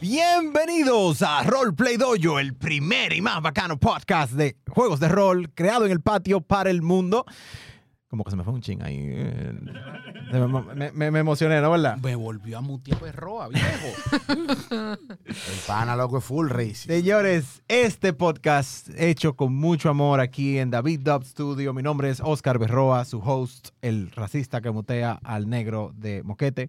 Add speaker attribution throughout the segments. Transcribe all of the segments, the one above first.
Speaker 1: Bienvenidos a Roleplay Dojo, el primer y más bacano podcast de juegos de rol creado en el patio para el mundo. Como que se me fue un ching ahí. eh, se Me, me- me- me emocioné, ¿no? ¿Verdad?
Speaker 2: Me volvió a mutear perroa, viejo.
Speaker 3: El pana loco es full racing.
Speaker 1: Señores, este podcast hecho con mucho amor aquí en David Dub Studio. Mi nombre es Oscar Berroa, su host, el racista que mutea al negro de Moquete.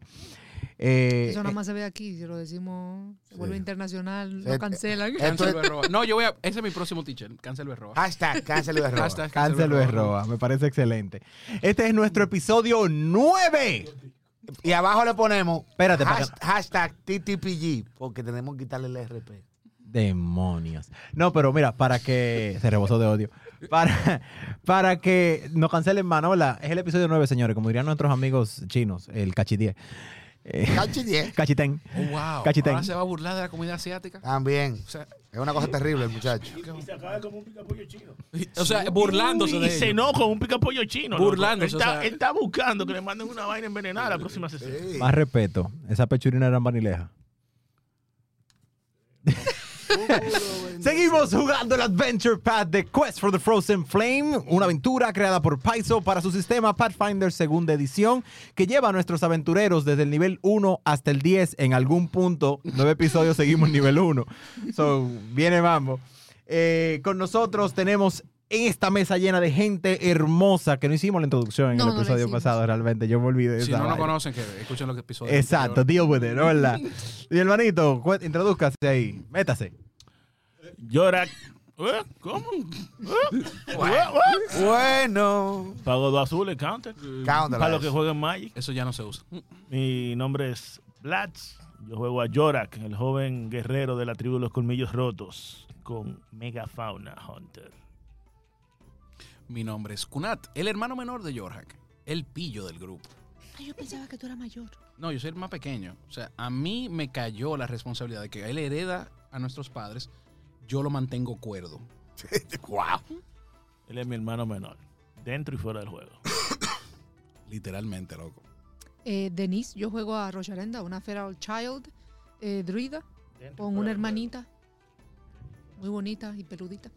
Speaker 1: Eh,
Speaker 4: Eso nada más se ve aquí, si lo decimos, se vuelve
Speaker 3: Sí.
Speaker 4: internacional,
Speaker 3: Eh,
Speaker 4: lo cancelan.
Speaker 3: Esto
Speaker 2: Cancel
Speaker 3: es
Speaker 2: Berroa. No, yo voy a. Ese es mi próximo teacher. Cancel Berroa.
Speaker 1: Ah,
Speaker 3: hashtag cancel de error.
Speaker 2: Hashtag
Speaker 1: Cancel o erroba, me parece excelente. Este es nuestro episodio 9.
Speaker 3: Y abajo le ponemos
Speaker 1: Espérate,
Speaker 3: hash-
Speaker 1: para-
Speaker 3: hashtag TTPG porque tenemos que quitarle el RP.
Speaker 1: Demonios. No, pero mira, para que se rebosó de odio. Para, para que no cancelen Manola. Es el episodio 9, señores, como dirían nuestros amigos chinos, el cachidier. Eh,
Speaker 3: Cachi 10.
Speaker 1: cachitén.
Speaker 2: Oh, wow.
Speaker 1: Cachitén.
Speaker 2: Ahora se va a burlar de la comida asiática.
Speaker 1: Ah.
Speaker 3: También.
Speaker 2: O sea,
Speaker 3: Es una cosa terrible el muchacho.
Speaker 5: Y se acaba como un picapollo chino.
Speaker 2: o sea, burlándose
Speaker 5: Uy,
Speaker 2: de
Speaker 5: Y se
Speaker 2: ello.
Speaker 5: no con un picapollo chino. loco.
Speaker 2: Burlándose,
Speaker 5: Él está,
Speaker 2: o sea-
Speaker 5: él está buscando que le manden una vaina envenenada la próxima sesión.
Speaker 3: Sí.
Speaker 1: Más respeto. Esa pechurina era vanileja. Seguimos jugando el Adventure Path de Quest for the Frozen Flame, una aventura creada por Paizo para su sistema Pathfinder segunda edición, que lleva a nuestros aventureros desde el nivel 1 hasta el 10 en algún punto. Nueve episodios seguimos nivel 1. So, viene mambo. Eh, con nosotros tenemos esta mesa llena de gente hermosa, que no hicimos la introducción en
Speaker 4: No,
Speaker 1: el
Speaker 4: no la
Speaker 1: episodio
Speaker 4: hicimos.
Speaker 1: pasado, realmente. Yo me olvidé de
Speaker 2: Si
Speaker 1: esa
Speaker 2: no nos
Speaker 1: vaina.
Speaker 2: conocen, que escuchen los episodios.
Speaker 1: Exacto, deal with it, ¿no? ¿verdad? Mi hermanito, cu- introdúzcase ahí, métase.
Speaker 5: Llora. ¿Eh? ¿Cómo? ¿Eh? ¿Eh?
Speaker 3: Bueno.
Speaker 5: Pago dos azules, counter.
Speaker 3: Counter,
Speaker 5: Para los
Speaker 3: eso.
Speaker 5: que jueguen Magic.
Speaker 2: Eso ya no se usa. Mm,
Speaker 5: Mi nombre es Platz. Yo juego a Yorak, el joven guerrero de la tribu de los colmillos rotos, con Megafauna Hunter.
Speaker 2: Mi nombre es Kunat, el hermano menor de Jorjak, el pillo del grupo.
Speaker 4: Ah, yo pensaba que tú eras mayor.
Speaker 2: No, yo soy el más pequeño. O sea, a mí me cayó la responsabilidad de que él hereda a nuestros padres. Yo lo mantengo cuerdo.
Speaker 3: Wow.
Speaker 5: Él es mi hermano menor, dentro y fuera del juego.
Speaker 2: Literalmente, loco.
Speaker 4: Eh, Denise, yo juego a Rocharenda, una feral child eh, druida, con una hermanita muy bonita y peludita.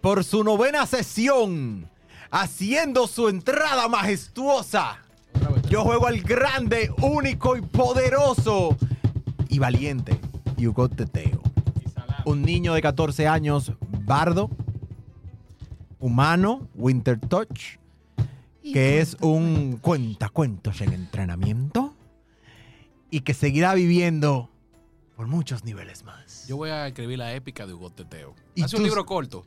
Speaker 1: Por su novena sesión, haciendo su entrada majestuosa, yo juego al grande, único y poderoso y valiente Hugo Teteo. Un niño de 14 años, bardo, humano, Winter Touch,
Speaker 4: Y
Speaker 1: que es
Speaker 4: cuenta,
Speaker 1: un cuentacuentos en entrenamiento y que seguirá viviendo por muchos niveles más.
Speaker 2: Yo voy a escribir la épica de Hugo Teteo.
Speaker 1: Y
Speaker 2: Hace un
Speaker 1: tú-
Speaker 2: libro corto.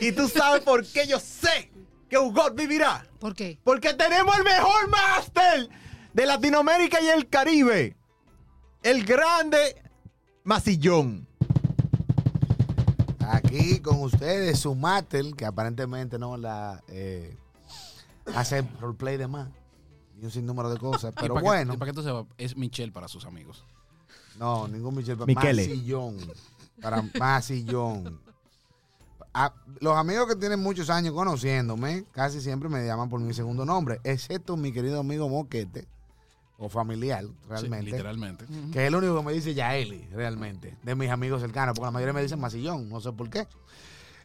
Speaker 1: Y tú sabes por qué yo sé que Hugo vivirá.
Speaker 4: cuenta. ¿Por qué?
Speaker 1: Porque tenemos el mejor máster de Latinoamérica y el Caribe. El grande Masillón.
Speaker 3: Aquí con ustedes su Mattel, que aparentemente no la eh, hace roleplay de más. Y un sinnúmero de cosas.
Speaker 2: ¿Y
Speaker 3: Pero
Speaker 2: pa' qué-
Speaker 3: bueno.
Speaker 2: y pa' qué tú se va? Es Michelle para sus amigos.
Speaker 3: No, ningún Michelle. Para
Speaker 1: Michele.
Speaker 3: Masillón. Para Masillón. A- los amigos que tienen muchos años conociéndome, casi siempre me llaman por mi segundo nombre, excepto mi querido amigo Moquete, o familiar,
Speaker 2: Sí,
Speaker 3: realmente.
Speaker 2: literalmente.
Speaker 3: que es el único que me dice Yaeli, realmente, de mis amigos cercanos, porque la mayoría me dicen Masillón, no sé por qué.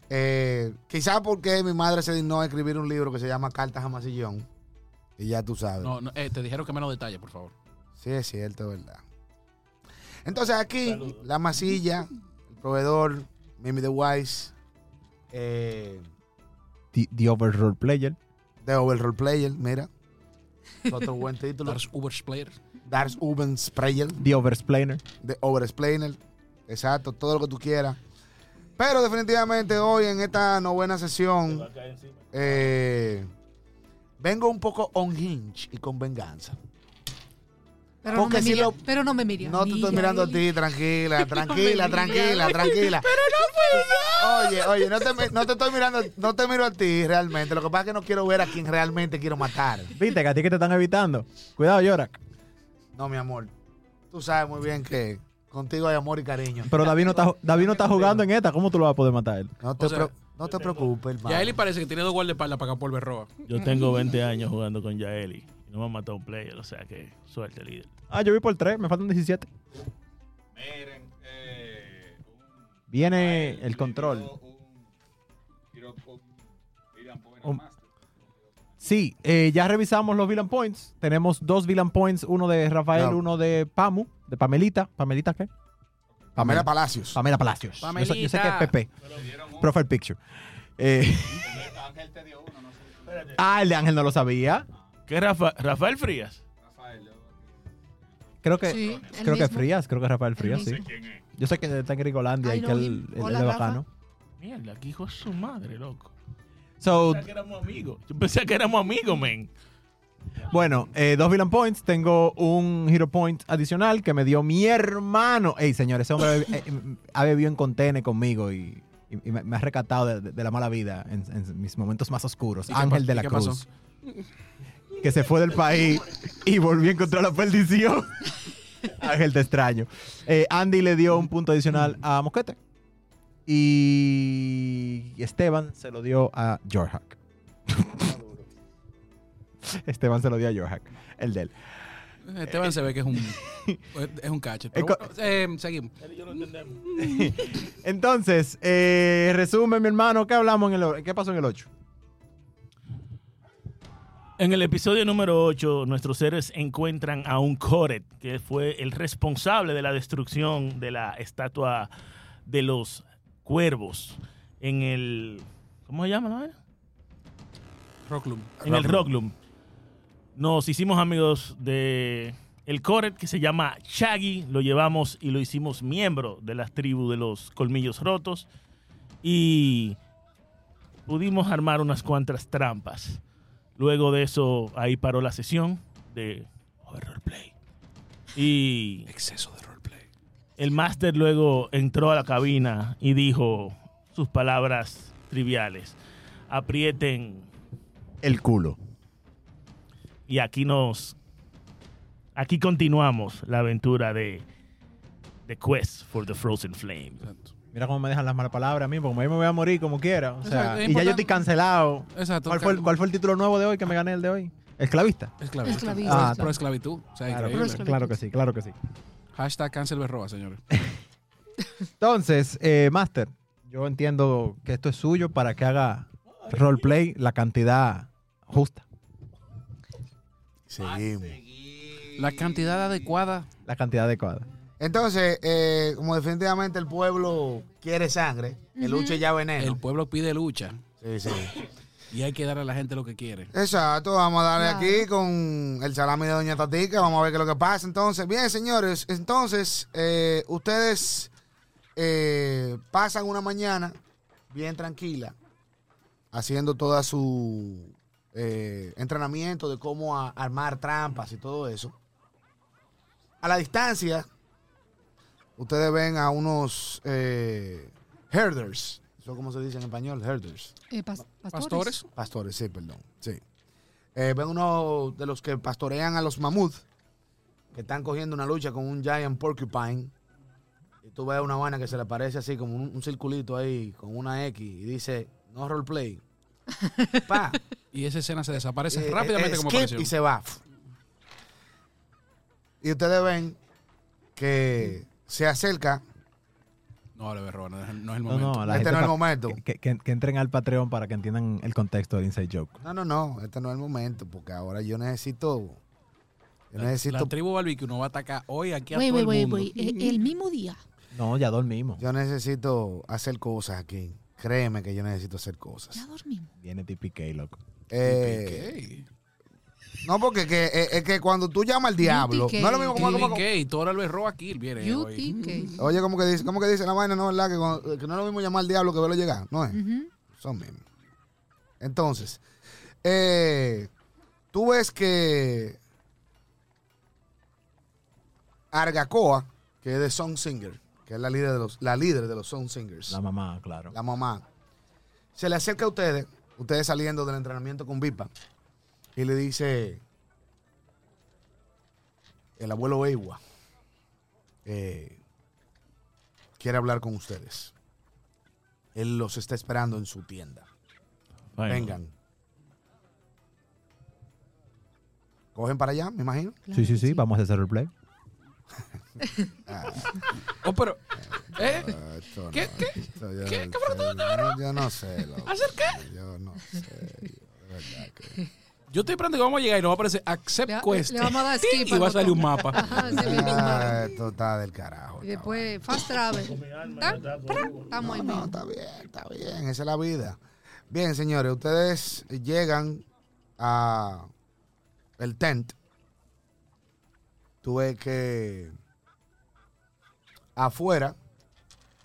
Speaker 3: Eh, quizás porque mi madre se dignó a escribir un libro que se llama Cartas a Masillón, y ya tú sabes.
Speaker 2: No, no, eh, te dijeron que menos detalles, por favor.
Speaker 3: Sí, es cierto, es verdad. Entonces aquí, la masilla, el proveedor, Mimi the Wise, eh,
Speaker 1: The, Overroll Player.
Speaker 3: The Overroll Player, mira. Otro buen título.
Speaker 2: Lars Ubers Player.
Speaker 3: Dars Uben Sprayer,
Speaker 1: The Oversplainer.
Speaker 3: The Overexplainer. Exacto, todo lo que tú quieras. Pero definitivamente hoy en esta novena sesión, eh, vengo un poco on hinge y con venganza.
Speaker 4: Pero no,
Speaker 3: Porque
Speaker 4: me
Speaker 3: si
Speaker 4: mira,
Speaker 3: lo-
Speaker 4: pero no me miría.
Speaker 3: No te estoy
Speaker 4: Mira,
Speaker 3: mirando a
Speaker 4: él.
Speaker 3: ti, tranquila, tranquila,
Speaker 4: No me
Speaker 3: tranquila,
Speaker 4: mires.
Speaker 3: tranquila. Pero no puedo. Oye, oye, no te, mi- no te estoy mirando, no te miro a ti realmente. Lo que pasa es que no quiero ver a quien realmente quiero matar.
Speaker 1: Viste que a ti que te están evitando. Cuidado, Yorak.
Speaker 3: No, mi amor. Tú sabes muy bien que contigo hay amor y cariño.
Speaker 1: Pero David no, está, David no está jugando en esta. ¿Cómo tú lo vas a poder matar?
Speaker 3: No te,
Speaker 2: O sea,
Speaker 3: pre- no te preocupes, hermano.
Speaker 2: Ya Eli parece que tiene dos guardaespaldas para acá por Berroa.
Speaker 5: Yo tengo 20 años jugando con Yaeli. Y no me ha matado un player, o sea que suerte, líder.
Speaker 1: Ah, yo vi por 3. Me faltan 17.
Speaker 6: Miren, eh, un- a
Speaker 1: Viene
Speaker 6: él
Speaker 1: el
Speaker 6: le
Speaker 1: control.
Speaker 6: quedó un tiro con Iran Power
Speaker 1: Un-
Speaker 6: Master.
Speaker 1: Sí, eh, ya revisamos los villain points. Tenemos dos villain points, uno de Rafael,
Speaker 3: No.
Speaker 1: uno de Pamu, de Pamelita. ¿Pamelita qué?
Speaker 3: Pamela Palacios.
Speaker 1: Pamela Palacios. Yo sé- Yo, sé, que es Pepe.
Speaker 6: Le dieron un-
Speaker 1: Profile Picture. Eh,
Speaker 6: Ángel te dio uno, no sé.
Speaker 1: ah, el de Ángel no lo sabía.
Speaker 5: ¿Qué Rafa- Rafael Frías?
Speaker 6: Rafael, yo-
Speaker 1: Creo que,
Speaker 4: Sí, el
Speaker 1: creo que es
Speaker 4: mismo.
Speaker 1: Frías, creo que es Rafael Frías, sí.
Speaker 4: mismo.
Speaker 6: ¿Quién es?
Speaker 1: Yo sé que está en Grigolandia
Speaker 4: I
Speaker 1: y que
Speaker 4: know
Speaker 1: él,
Speaker 4: him.
Speaker 1: él- él
Speaker 4: Hola,
Speaker 1: es
Speaker 4: Rafa.
Speaker 1: bacano.
Speaker 5: Mierda, que hijo de su madre, loco.
Speaker 1: So,
Speaker 5: Yo pensaba que éramos amigos. Yo pensaba que éramos amigos, men.
Speaker 1: Bueno, eh, dos villain points. Tengo un hero point adicional que me dio mi hermano. Ey, señor, ese hombre eh, eh, ha bebido en contene conmigo y, y- y me, me ha rescatado de, de- de la mala vida en, en mis momentos más oscuros.
Speaker 2: ¿Y qué
Speaker 1: Ángel
Speaker 2: pas-
Speaker 1: de
Speaker 2: y
Speaker 1: la
Speaker 2: qué
Speaker 1: Cruz.
Speaker 2: pasó?
Speaker 1: Que se fue del país y volvió a encontrar la perdición. Ángel, te extraño. Eh, Andy le dio un punto adicional a Mosquete. Y Esteban se lo dio a Jorhack. Esteban se lo dio a Jorhack, el de él.
Speaker 2: Esteban se ve que es un, eh, es un cacho. Pero
Speaker 1: co-
Speaker 2: bueno, eh, seguimos.
Speaker 1: Entonces, eh, resumen, mi hermano, ¿qué hablamos en el qué pasó en el 8?
Speaker 5: En el episodio número 8, nuestros seres encuentran a un Koret, que fue el responsable de la destrucción de la estatua de los cuervos en el. ¿Cómo se llama la vaina?
Speaker 2: Rocklum.
Speaker 5: En el Rocklum. Nos hicimos amigos de el Koret, que se llama Shaggy. Lo llevamos y lo hicimos miembro de las tribus de los colmillos rotos. Y pudimos armar unas cuantas trampas. Luego de eso, ahí paró la sesión de Horror Play. Y
Speaker 2: Exceso de roleplay.
Speaker 5: el máster luego entró a la cabina y dijo sus palabras triviales. Aprieten
Speaker 1: El culo.
Speaker 5: y aquí nos aquí continuamos la aventura de The Quest for the Frozen Flame.
Speaker 2: Exacto.
Speaker 1: Mira cómo me dejan las malas palabras a mí, porque a mí me voy a morir como quiera. O sea,
Speaker 2: Exacto, es
Speaker 1: y ya yo estoy
Speaker 2: importante.
Speaker 1: cancelado.
Speaker 2: Exacto.
Speaker 1: ¿Cuál fue, el, cuál fue el título nuevo de hoy que me gané el de hoy? Esclavista.
Speaker 2: Esclavitud.
Speaker 4: Esclavitud.
Speaker 1: Ah,
Speaker 2: Pro esclavitud. O sea,
Speaker 1: Claro,
Speaker 2: increíble.
Speaker 4: esclavitud.
Speaker 1: claro que sí, claro que sí.
Speaker 2: Hashtag cancel berroa, señores.
Speaker 1: Entonces, eh, Master, yo entiendo que esto es suyo para que haga roleplay la cantidad justa,
Speaker 3: Seguimos.
Speaker 2: La cantidad adecuada.
Speaker 1: la cantidad adecuada.
Speaker 3: Entonces, eh, como definitivamente el pueblo quiere sangre, el luche ya veneno.
Speaker 2: El pueblo pide lucha.
Speaker 3: Sí, sí.
Speaker 2: Y hay que darle a la gente lo que quiere.
Speaker 3: Exacto, vamos a darle
Speaker 4: Claro.
Speaker 3: aquí con el salami de Doña Tatica, vamos a ver qué es lo que pasa. Entonces, bien, señores, entonces, eh, ustedes eh, pasan una mañana bien tranquila, haciendo toda su eh, entrenamiento de cómo a- armar trampas y todo eso. A la distancia, ustedes ven a unos eh, herders, eso es como se dice en español, herders.
Speaker 4: Eh, pas- pastores.
Speaker 2: Pastores.
Speaker 3: Pastores, sí, perdón. Sí. Eh, ven uno de los que pastorean a los mamuts, que están cogiendo una lucha con un giant porcupine. Y tú ves una vaina que se le aparece así, como un, un circulito ahí, con una X, y dice, no roleplay. Pa.
Speaker 2: Y esa escena se desaparece
Speaker 3: Eh,
Speaker 2: rápidamente
Speaker 3: eh,
Speaker 2: como
Speaker 3: skip
Speaker 2: apareció.
Speaker 3: y se va. Y ustedes ven que se acerca.
Speaker 2: No, vale, berroa, no, es- no es el
Speaker 1: No,
Speaker 2: momento.
Speaker 1: no, a la
Speaker 3: este
Speaker 1: gente
Speaker 3: no es el
Speaker 1: pa-
Speaker 3: momento.
Speaker 1: que, que- que entren al Patreon para que entiendan el contexto del Inside Joke.
Speaker 3: No, no, no, este no es el momento, porque ahora yo necesito... Yo
Speaker 2: La-
Speaker 3: necesito
Speaker 2: La tribu barbecue nos va a atacar hoy aquí a
Speaker 4: Güey,
Speaker 2: todo
Speaker 4: güey,
Speaker 2: el
Speaker 4: güey,
Speaker 2: mundo.
Speaker 4: güey. Eh, El mismo día.
Speaker 1: No, ya dormimos.
Speaker 3: Yo necesito hacer cosas aquí. Créeme que yo necesito hacer
Speaker 4: Ya
Speaker 3: cosas.
Speaker 4: dormimos.
Speaker 1: Viene TPK, loco.
Speaker 3: Eh,
Speaker 2: TPK.
Speaker 3: no, porque que, eh, es que cuando tú llamas al diablo,
Speaker 4: TPK.
Speaker 3: no es lo mismo como, como- como-
Speaker 2: TPK, todo el berroa aquí viene hoy.
Speaker 4: UTK.
Speaker 3: Oye, como que dice, como que dice la vaina, no, ¿verdad? Que, cuando- eh, que no es lo mismo llamar al diablo que verlo llegar, ¿no es?
Speaker 4: Ujú.
Speaker 3: Son mismos. Entonces, eh, tú ves que Argacoa, que es de Song Singer, que es la líder de los, la líder de los Song Singers.
Speaker 1: La mamá, claro.
Speaker 3: la mamá, se le acerca a ustedes, ustedes saliendo del entrenamiento con Vipa, y le dice, el abuelo Ewa eh, quiere hablar con ustedes. Él los está esperando en su tienda. Vengan. Cogen para allá, me imagino.
Speaker 4: Claro
Speaker 1: sí, sí,
Speaker 4: que
Speaker 1: sí, vamos a hacer roleplay.
Speaker 2: Oh, pero. ¿Eh?
Speaker 3: Ah, esto no,
Speaker 2: ¿Qué- qué-
Speaker 3: esto yo-
Speaker 2: qué- qué bruto,
Speaker 3: yo, yo no sé, loco.
Speaker 2: ¿Hacer qué?
Speaker 3: Yo no sé. yo, de verdad que-
Speaker 2: Yo estoy esperando que vamos a llegar y nos va a aparecer Accept
Speaker 4: Le-
Speaker 2: Quest.
Speaker 4: le vamos a dar
Speaker 2: Ting,
Speaker 4: skip
Speaker 2: Y va a
Speaker 4: al
Speaker 2: salir un
Speaker 4: botón.
Speaker 2: mapa.
Speaker 4: Ajá, sí,
Speaker 3: Ah,
Speaker 4: mismo.
Speaker 3: esto está del carajo.
Speaker 4: y después Fast Travel. Tan, pra, Estamos ahí
Speaker 3: chaval. No,
Speaker 4: mismo.
Speaker 3: está bien, está bien. Esa es la vida. Bien, señores, ustedes llegan a el tent. Tuve que afuera.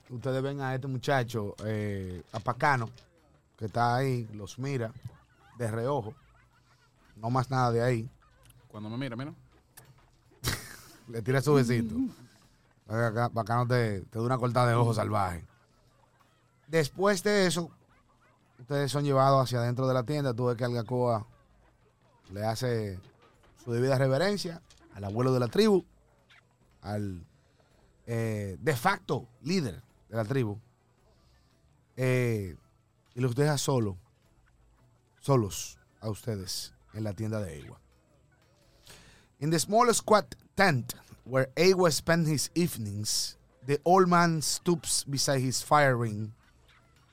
Speaker 3: Ustedes ven a este muchacho, eh, a Pacano, que está ahí, los mira de reojo. No más nada de ahí.
Speaker 2: Cuando me mira, menos.
Speaker 3: Le tira su besito. Ven acá, Bacano te, te da una cortada de ojo salvaje. Después de eso, ustedes son llevados hacia adentro de la tienda. Tú ves que Algacoa le hace su debida reverencia al abuelo de la tribu, al eh, de facto líder de la tribu. Eh, y los deja solo, solos a ustedes en la tienda de Ewa. In the small squat tent where Awa spent his evenings, the old man stoops beside his fire ring,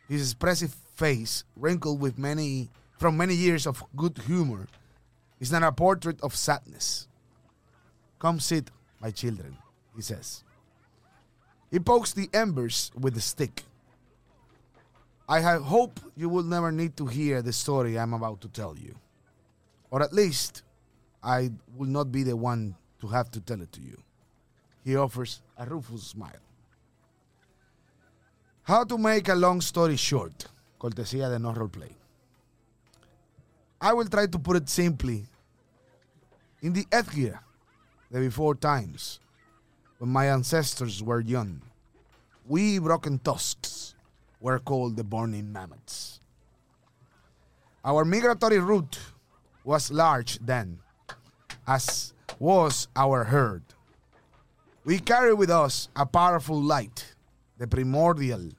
Speaker 3: his expressive face wrinkled with many from many years of good humor. is not a portrait of sadness. Come sit, my children, he says. He pokes the embers with a stick. I ha- hope you will never need to hear the story I'm about to tell you. Or at least I will not be the one to have to tell it to you. He offers a rueful smile. How to make a long story short, cortesía de no roleplay. I will try to put it simply. In the Edgira, the before times, when my ancestors were young, we broken tusks were called the burning mammoths. Our migratory route was large then, as was our herd. We carry with us a powerful light, the primordial.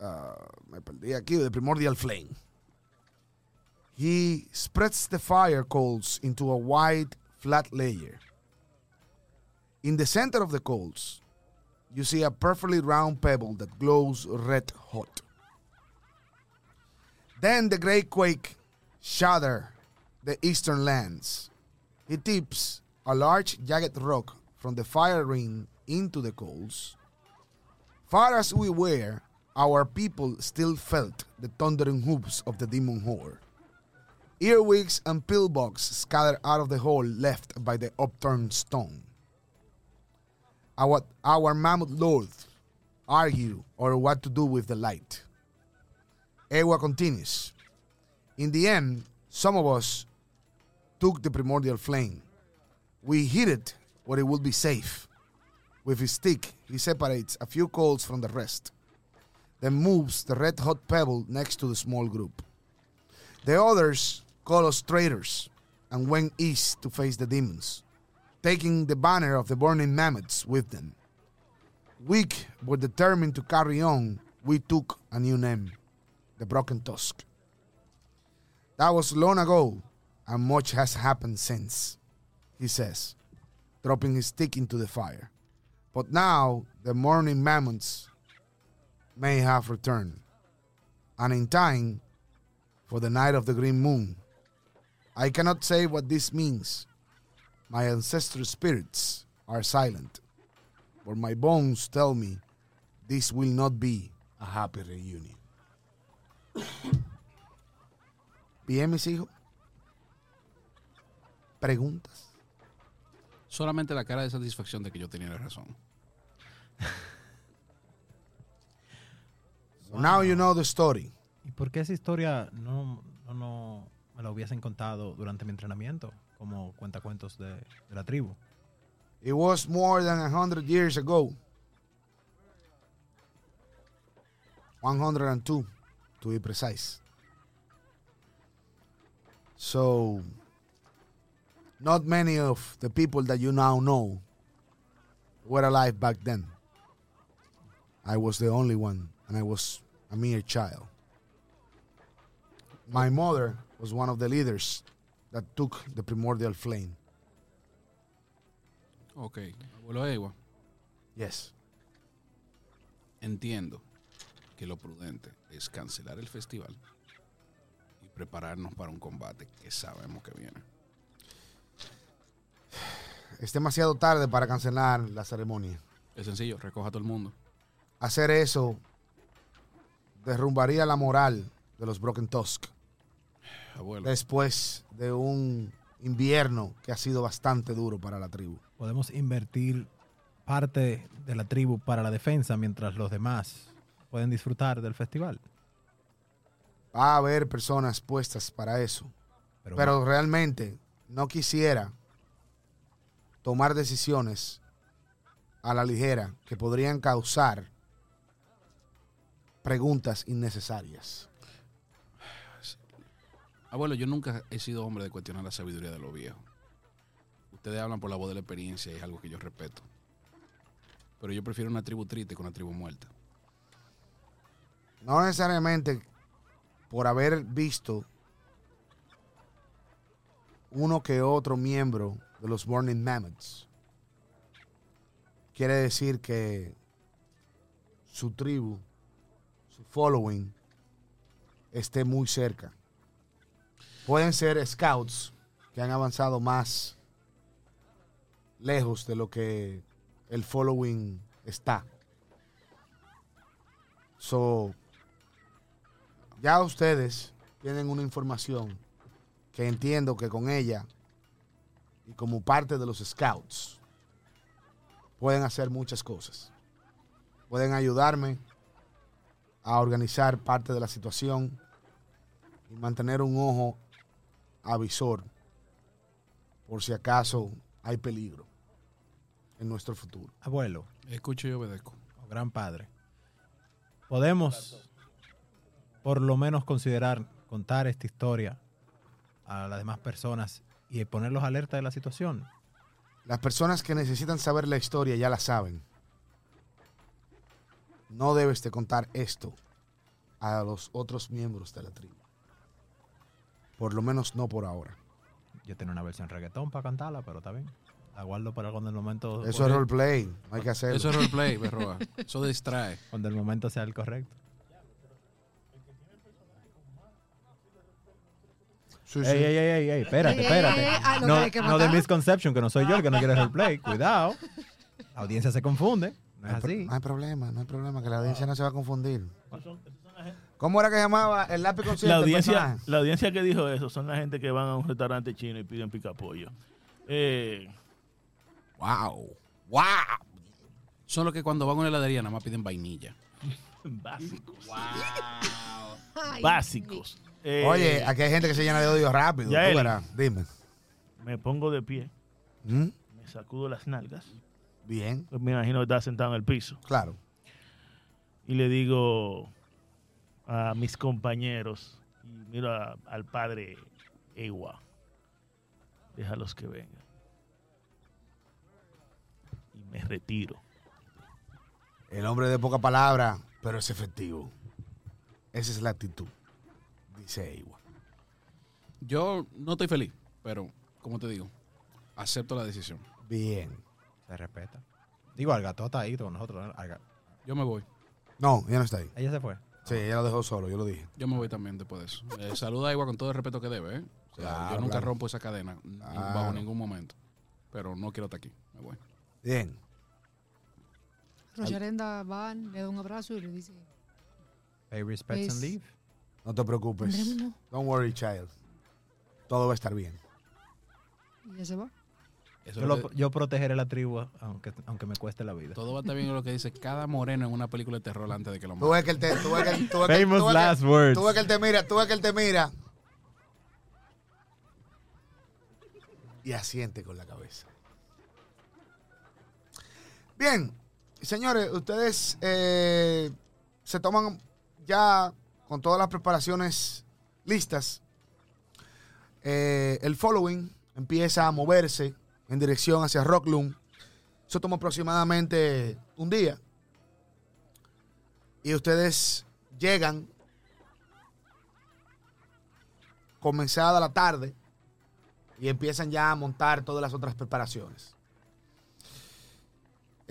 Speaker 3: Ah, me perdí aquí, the primordial flame. He spreads the fire coals into a wide, flat layer. In the center of the coals, you see a perfectly round pebble that glows red hot. Then the great quake shatter the eastern lands. He tips a large jagged rock from the fire ring into the coals. Far as we were, our people still felt the thundering hoofs of the demon horde. Earwigs and pillbox scattered out of the hole left by the upturned stone. Our, our mammoth lords argue over what to do with the light. Ewa continues. In the end, some of us took the primordial flame. We hid it where it would be safe. With his stick, he separates a few coals from the rest, then moves the red hot pebble next to the small group. The others call us traitors and went east to face the demons, taking the banner of the burning mammoths with them. Weak but determined to carry on, we took a new name, the Broken Tusk. That was long ago, and much has happened since, he says, dropping his stick into the fire. But now the morning mammoths may have returned, and in time for the night of the green moon. I cannot say what this means. My ancestral spirits are silent, but my bones tell me this will not be a happy reunion. Bien, mis hijos. Preguntas.
Speaker 2: Solamente la cara de satisfacción de que yo tenía la razón.
Speaker 3: So now you know the story.
Speaker 1: ¿Y por qué esa historia no, no, no me la hubiesen contado durante mi entrenamiento? Como cuentacuentos de, de la tribu.
Speaker 3: It was more than 100 years ago. 102, to be precise. So, not many of the people that you now know were alive back then. I was the only one, and I was a mere child. My mother was one of the leaders that took the primordial flame.
Speaker 2: Ok. Abuelo Ewa,
Speaker 3: Yes.
Speaker 2: entiendo que lo prudente es cancelar el festival y prepararnos para un combate que sabemos que viene.
Speaker 3: Es demasiado tarde para cancelar la ceremonia.
Speaker 2: Es sencillo, recoja a todo el mundo.
Speaker 3: Hacer eso derrumbaría la moral de los Broken Tusk
Speaker 2: Abuelo,
Speaker 3: después de un invierno que ha sido bastante duro para la tribu.
Speaker 1: Podemos invertir parte de la tribu para la defensa mientras los demás pueden disfrutar del festival.
Speaker 3: Va a haber personas puestas para eso.
Speaker 1: Pero,
Speaker 3: Pero realmente no quisiera tomar decisiones a la ligera que podrían causar preguntas innecesarias.
Speaker 2: abuelo, yo nunca he sido hombre de cuestionar la sabiduría de los viejos. Ustedes hablan por la voz de la experiencia y es algo que yo respeto. Pero yo prefiero una tribu triste que una tribu muerta.
Speaker 3: No necesariamente por haber visto uno que otro miembro de los Burning Mammoths. Quiere decir que su tribu, su following, esté muy cerca. Pueden ser scouts que han avanzado más lejos de lo que el following está. So, ya ustedes tienen una información que entiendo que con ella y como parte de los scouts pueden hacer muchas cosas. Pueden ayudarme a organizar parte de la situación y mantener un ojo avisor por si acaso hay peligro en nuestro futuro.
Speaker 1: abuelo,
Speaker 2: Escucho y obedezco.
Speaker 1: o gran padre, podemos por lo menos considerar contar esta historia a las demás personas y ponerlos alerta de la situación.
Speaker 3: Las personas que necesitan saber la historia ya la saben. No debes de contar esto a los otros miembros de la tribu. Por lo menos no por ahora.
Speaker 1: Yo tengo una versión reggaetón para cantarla, pero está bien. La guardo para cuando el momento,
Speaker 3: Eso es roleplay, no hay que hacerlo.
Speaker 2: Eso es roleplay, Berroa. Eso distrae.
Speaker 1: cuando el momento sea el correcto.
Speaker 3: Sí, sí.
Speaker 1: Ey, ey, ey, ey, ey, espérate,
Speaker 4: Ey, ey,
Speaker 1: espérate.
Speaker 4: ey, ey, ah, lo que
Speaker 1: No,
Speaker 4: hay que
Speaker 1: no de
Speaker 4: matar.
Speaker 1: misconception, que no soy yo el que no quiere roleplay. Cuidado. La audiencia se confunde. No es
Speaker 3: No hay pro-
Speaker 1: así.
Speaker 3: no hay problema, no hay problema, que la audiencia no se va a confundir.
Speaker 5: Esos son- esos son la gente-
Speaker 3: ¿Cómo era que llamaba el lápiz consciente?
Speaker 5: La
Speaker 3: el
Speaker 5: audiencia,
Speaker 3: este personaje?
Speaker 5: la audiencia que dijo eso son la gente que van a un restaurante chino y piden picapollo. Eh,
Speaker 2: ¡Wow! ¡Wow! Solo que cuando van a una heladería nada más piden vainilla.
Speaker 5: básicos.
Speaker 4: Ay,
Speaker 5: básicos. Eh,
Speaker 3: Oye, aquí hay gente que se llena de odio rápido. tú
Speaker 5: Yaeli.
Speaker 3: verás, Dime.
Speaker 5: Me pongo de pie,
Speaker 3: ¿Mm?
Speaker 5: me sacudo las nalgas. pues
Speaker 3: Bien,
Speaker 5: Me imagino que estaba sentado en el piso.
Speaker 3: claro.
Speaker 5: y le digo a mis compañeros y miro a- al padre Ewa, déjalos que vengan. Y me retiro.
Speaker 3: El hombre de poca palabra, pero es efectivo. Esa es la actitud, dice Ewa.
Speaker 2: Yo no estoy feliz, pero como te digo, acepto la decisión.
Speaker 3: Bien.
Speaker 1: Se respeta. Digo, Algató está ahí con nosotros. ¿no? Alga-
Speaker 2: Yo me voy.
Speaker 3: No, ella no está ahí.
Speaker 1: Ella se fue.
Speaker 3: Sí, ella lo dejó solo, yo lo dije.
Speaker 2: Yo me voy también después de eso. Eh, saluda a Igua con todo el respeto que debe, ¿eh? O sea,
Speaker 3: Claro,
Speaker 2: yo nunca
Speaker 3: claro.
Speaker 2: rompo esa cadena ni- bajo
Speaker 3: Claro.
Speaker 2: ningún momento. Pero no quiero estar aquí. Me voy.
Speaker 3: Bien.
Speaker 4: Rojarenda va, le da un abrazo y le dice:
Speaker 1: Pay respects
Speaker 4: Pues-
Speaker 1: and leave.
Speaker 3: No te preocupes.
Speaker 4: "Andrés,
Speaker 3: Don't worry, child. Todo va a estar bien.
Speaker 4: no". Y ya se va.
Speaker 2: Eso
Speaker 1: Yo,
Speaker 2: es
Speaker 1: lo-
Speaker 2: lo que-
Speaker 1: yo protegeré la tribu aunque, aunque me cueste la vida.
Speaker 2: todo va a estar bien lo que dice cada moreno en una película de terror antes de que lo
Speaker 3: Tú
Speaker 2: maten.
Speaker 3: ves que él te, tú ves que él- tú ves que- tú
Speaker 1: Famous
Speaker 3: ves
Speaker 1: last
Speaker 3: que-
Speaker 1: words.
Speaker 3: tú ves que él te mira, tú ves que él te mira. Y asiente con la cabeza. Bien, señores, ustedes eh, se toman ya con todas las preparaciones listas. Eh, el following empieza a moverse en dirección hacia Rockloom. Eso toma aproximadamente un día. Y ustedes llegan comenzada la tarde y empiezan ya a montar todas las otras preparaciones.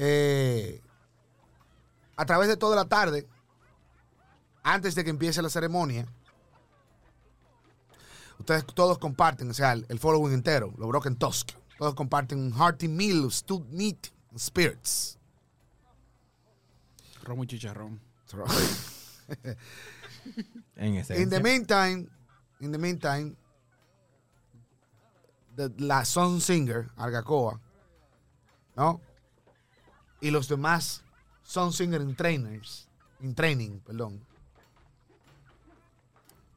Speaker 3: eh, a través de toda la tarde, antes de que empiece la ceremonia, ustedes todos comparten, o sea, el, el following entero, lo Broken Tusk, todos comparten un hearty meal of stewed meat and spirits.
Speaker 2: Romo y chicharrón.
Speaker 1: En
Speaker 3: In the
Speaker 1: esencia.
Speaker 3: meantime, in the meantime, the- la Sun Singer, Argacoa, ¿no? Y los demás Sun Singer in trainers, in training, perdón,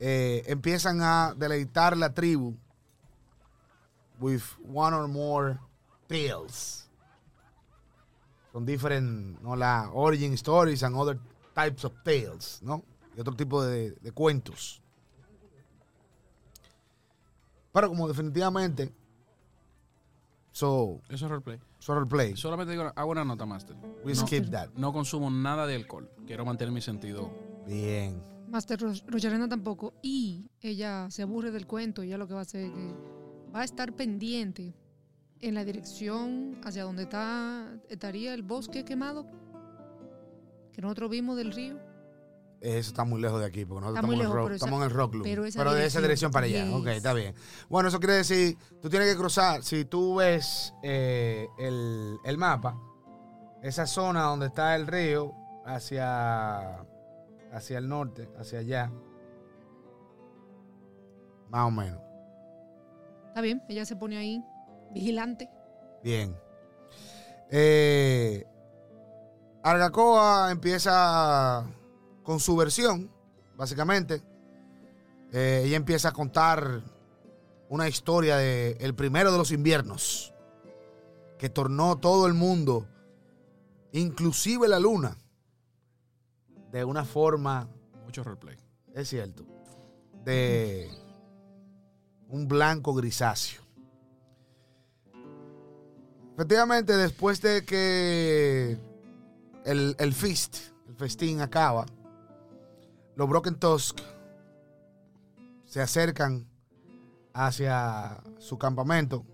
Speaker 3: eh, empiezan a deleitar la tribu with one or more tales. Con different, ¿no? La origin stories and other types of tales, ¿no? Y otro tipo de, de cuentos. Pero como definitivamente, so,
Speaker 2: Eso es roleplay.
Speaker 3: so roleplay,
Speaker 2: Solamente digo, hago una nota, Master.
Speaker 3: we
Speaker 4: No.
Speaker 3: skip that.
Speaker 2: No consumo nada de alcohol. Quiero mantener mi sentido.
Speaker 3: Bien.
Speaker 4: Master Ro- Rogerena tampoco. Y ella se aburre del cuento. Ella lo que va a hacer es que va a estar pendiente en la dirección hacia donde está, estaría el bosque quemado que nosotros vimos del río.
Speaker 3: Eso está muy lejos de aquí, porque nosotros
Speaker 4: Está muy
Speaker 3: estamos,
Speaker 4: lejos,
Speaker 3: en, el rock,
Speaker 4: pero esa-
Speaker 3: estamos en el rock club. Pero,
Speaker 4: pero esa
Speaker 3: de esa dirección
Speaker 4: dirección,
Speaker 3: para allá.
Speaker 4: yes.
Speaker 3: Ok, está bien. Bueno, eso quiere decir, tú tienes que cruzar, si tú ves eh, el, el mapa, esa zona donde está el río, hacia, hacia el norte, hacia allá. Más o menos.
Speaker 4: Está bien, ella se pone ahí vigilante.
Speaker 3: Bien. Eh, Argacoa empieza con su versión, básicamente. Eh, ella empieza a contar una historia de el primero de los inviernos que tornó todo el mundo, inclusive la luna, de una forma,
Speaker 2: Mucho roleplay.
Speaker 3: es cierto, de un blanco grisáceo. Efectivamente, después de que el, el feast, el festín acaba, los Broken Tusk se acercan hacia su campamento,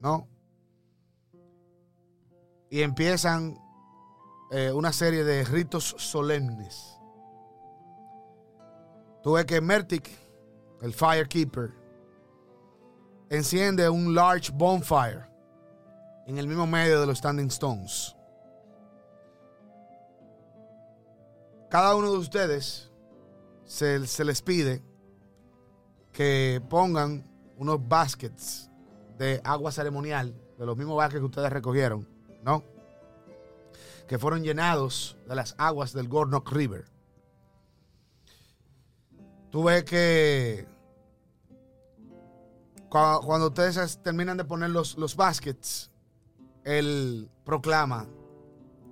Speaker 3: ¿no? Y empiezan eh, una serie de ritos solemnes. Tú ves que Mertic, el Firekeeper, enciende un large bonfire en el mismo medio de los Standing Stones. Cada uno de ustedes se, se les pide que pongan unos baskets de agua ceremonial, de los mismos baskets que ustedes recogieron, ¿no? Que fueron llenados de las aguas del Gornock River. Tú ves que cua- cuando ustedes as- terminan de poner los, los baskets, él proclama,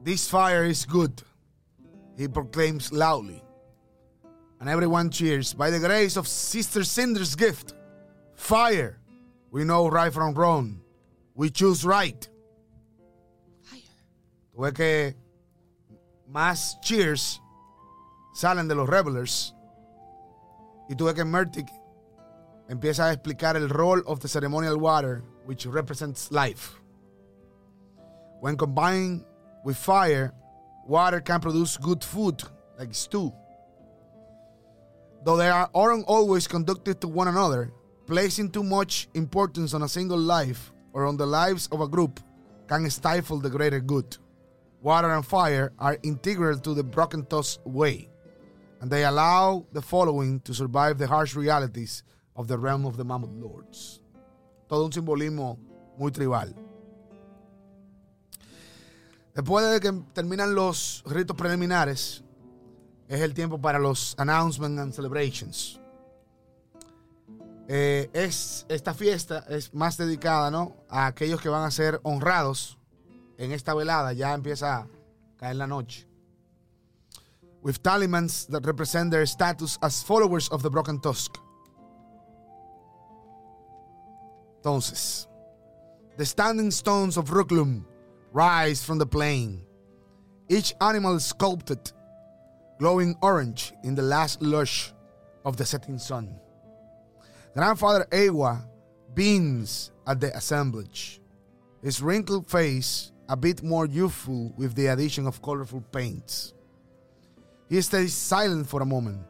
Speaker 3: This fire is good. He proclaims loudly. And everyone cheers, By the grace of Sister Cinder's gift, fire, we know right from wrong. We choose right. Tú ves que más cheers salen de los revelers. Y tú ves que Mertic empieza a explicar el role of the ceremonial water, which represents life. When combined with fire, water can produce good food, like stew. Though they are aren't always conducted to one another, placing too much importance on a single life or on the lives of a group can stifle the greater good. Water and fire are integral to the Broken Toss way and they allow the following to survive the harsh realities of the realm of the Mammoth Lords. Todo un simbolismo muy tribal. Después de que terminan los ritos preliminares, es el tiempo para los announcements and celebrations. Eh, es, esta fiesta es más dedicada ¿no? a aquellos que van a ser honrados en esta velada. Ya empieza a caer la noche with talismans that represent their status as followers of the Broken Tusk. Entonces, the standing stones of Ruklum rise from the plain, each animal sculpted, glowing orange in the last lush of the setting sun. Grandfather Awa beams at the assemblage, his wrinkled face a bit more youthful with the addition of colorful paints. He stays silent for a moment.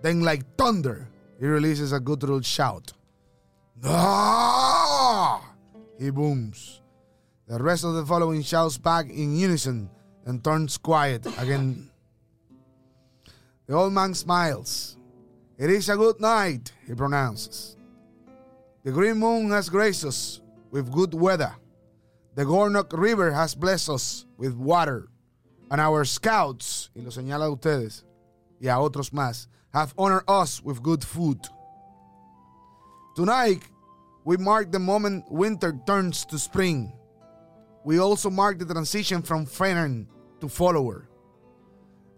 Speaker 3: Then, like thunder, he releases a guttural shout. "Ah!" He booms. The rest of the following shouts back in unison and turns quiet again. The old man smiles. It is a good night, he pronounces. The green moon has graced us with good weather. The Gornok River has blessed us with water. And our scouts, y lo señala a ustedes y a otros más, have honored us with good food. Tonight, we mark the moment winter turns to spring. We also mark the transition from Fenern to follower.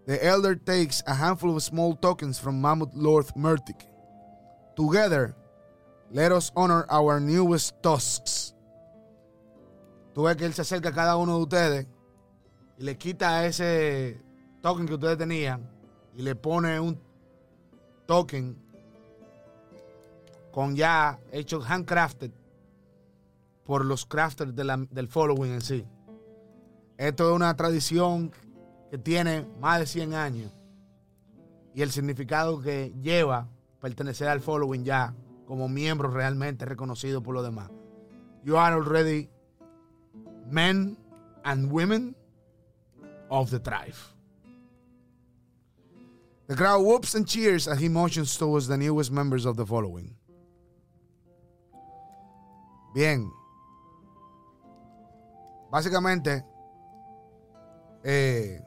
Speaker 3: The elder takes a handful of small tokens from Mammoth Lord Murtic. Together, let us honor our newest tusks. Tú ves que él se acerca a cada uno de ustedes y le quita ese token que ustedes tenían y le pone un token con ya hecho handcrafted por los crafters de la- del following en sí. Esto es una tradición que tiene más de 100 años y el significado que lleva pertenecer al following ya como miembro realmente reconocido por los demás. You are already men and women of the tribe. The crowd whoops and cheers as he motions towards the newest members of the following. Bien. Básicamente, eh,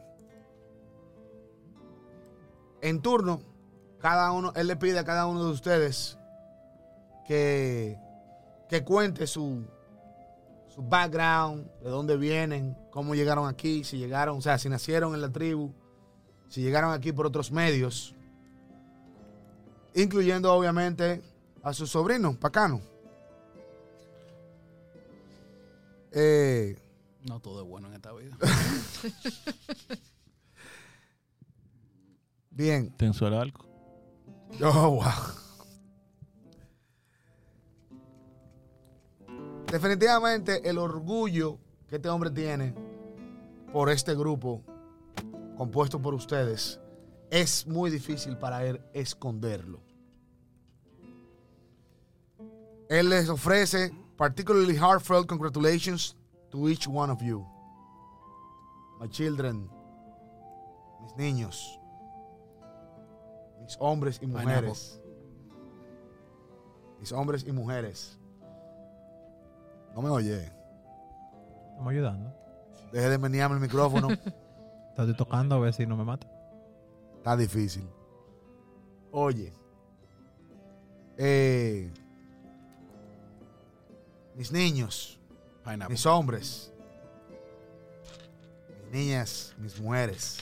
Speaker 3: en turno, cada uno, él le pide a cada uno de ustedes que, que cuente su, su background, de dónde vienen, cómo llegaron aquí, si llegaron, o sea, si nacieron en la tribu, si llegaron aquí por otros medios, incluyendo obviamente a su sobrino, Pacano. Eh,
Speaker 2: No todo es bueno en esta vida.
Speaker 3: bien.
Speaker 5: ¿Te ensuela algo?
Speaker 3: Oh, wow. Definitivamente el orgullo que este hombre tiene por este grupo compuesto por ustedes es muy difícil para él esconderlo. Él les ofrece particularly heartfelt congratulations to each one of you. My children, mis niños, mis hombres y mujeres. Mis hombres y mujeres. No me oye.
Speaker 1: Estamos ayudando.
Speaker 3: Deje de menearme el micrófono.
Speaker 1: Te estoy tocando a ver si no me mata.
Speaker 3: Está difícil. Oye. eh, mis niños,
Speaker 2: Pineapple.
Speaker 3: mis hombres, mis niñas, mis mujeres.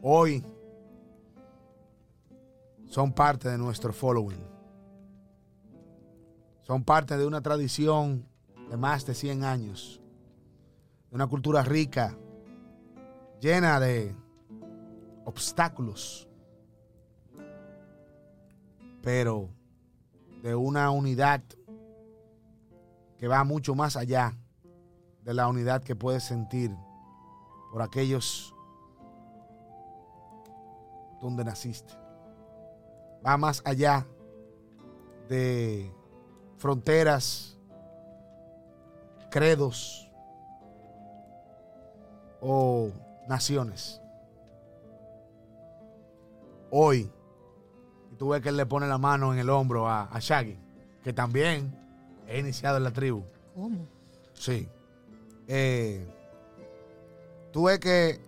Speaker 3: Hoy son parte de nuestro following. Son parte de una tradición de más de 100 años. De una cultura rica, llena de obstáculos. Pero de una unidad que va mucho más allá de la unidad que puedes sentir por aquellos donde naciste. Va más allá de fronteras, credos o naciones. Hoy, y tú ves que él le pone la mano en el hombro a, a Shaggy, que también he iniciado en la tribu.
Speaker 4: ¿Cómo?
Speaker 3: Sí. Eh, tú ves que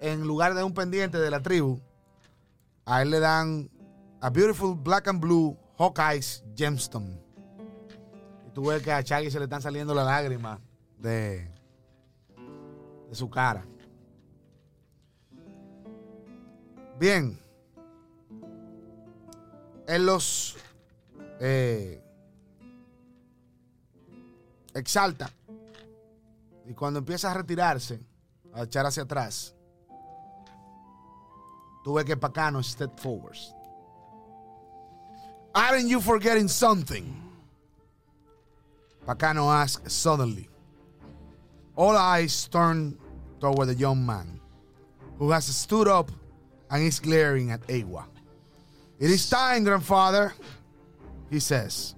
Speaker 3: en lugar de un pendiente de la tribu, a él le dan a Beautiful Black and Blue Hawkeyes Gemstone. Y tú ves que a Shaggy se le están saliendo las lágrimas de, de su cara. Bien. Él los eh, exalta. Y cuando empieza a retirarse, a echar hacia atrás, tú ves que Pacano step forwards. Aren't you forgetting something? Pacano asks suddenly. All eyes turn toward the young man, who has stood up and is glaring at Awa. It is time, grandfather, he says,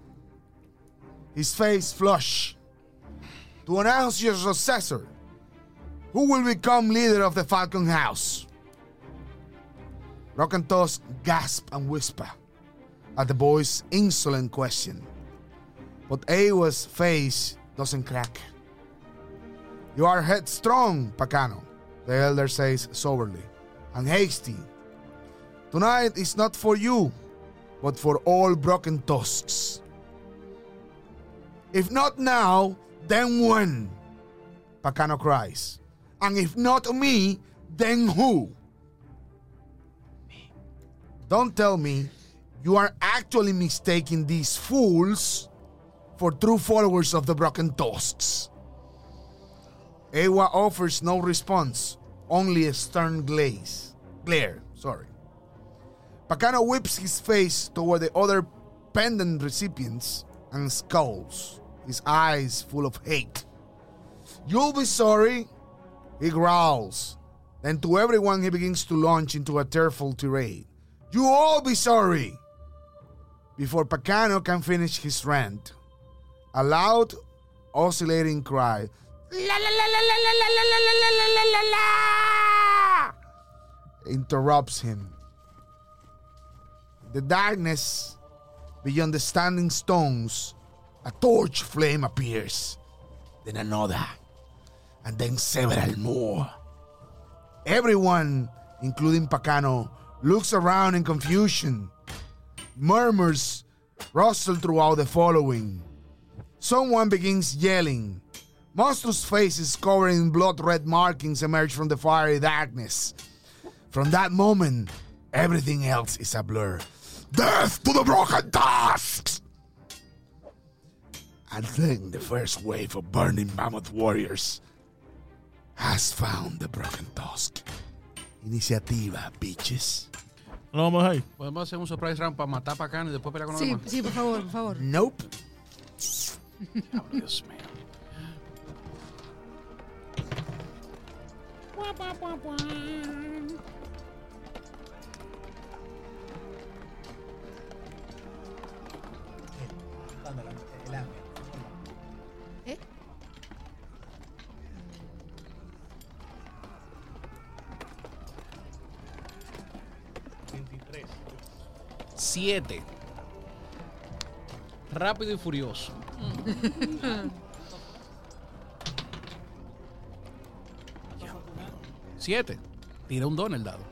Speaker 3: his face flush, to announce your successor, who will become leader of the Falcon House. Rock and Toss gasp and whisper at the boy's insolent question. But Awa's face doesn't crack. You are headstrong, Pacano, the elder says soberly, and hasty. Tonight is not for you, but for all broken tusks. If not now, then when? Pacano cries. And if not me, then who? Don't tell me you are actually mistaking these fools for true followers of the broken tusks. Ewa offers no response, only a stern glaze. Glare, sorry. Pacano whips his face toward the other pendant recipients and scowls, his eyes full of hate. You'll be sorry, he growls. Then to everyone, he begins to launch into a tearful tirade. You'll all be sorry! Before Pacano can finish his rant, a loud, oscillating cry la, la, la, la, la, la, la, la, la, la, la, la, la, la, interrupts him. The darkness beyond the standing stones, a torch flame appears, then another, and then several more. Everyone, including Pacano, looks around in confusion. Murmurs rustle throughout the following. Someone begins yelling. Monstrous faces covered in blood red markings emerge from the fiery darkness. From that moment, everything else is a blur. Death to the broken tusks! And then the first wave of burning mammoth warriors has found the broken tusk. Iniciativa, bitches.
Speaker 5: Lo vamos ahí.
Speaker 2: Podemos hacer un surprise round para matar a Pacano y después pelear con los
Speaker 4: Sí,
Speaker 2: demás.
Speaker 4: sí, por favor, por favor.
Speaker 3: Nope.
Speaker 2: Dios mío. Siete. Rápido y furioso. Siete. Tira un don el dado.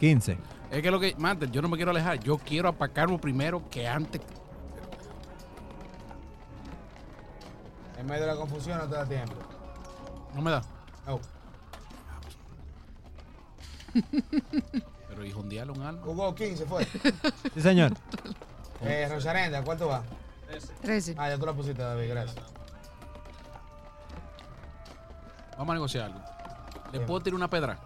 Speaker 1: 15.
Speaker 2: Es que lo que. Mate, yo no me quiero alejar. Yo quiero apacarlo primero que antes.
Speaker 3: En medio de la confusión no te da tiempo.
Speaker 2: No me da.
Speaker 3: No.
Speaker 2: Pero hijo, un diablo, un alma.
Speaker 3: Hugo 15 fue.
Speaker 1: Sí, señor.
Speaker 3: eh, Rosarenda, ¿cuánto va?
Speaker 4: 13.
Speaker 3: Ah, ya tú la pusiste, David, gracias.
Speaker 2: Vamos a negociar algo. ¿Le puedo tirar una pedra?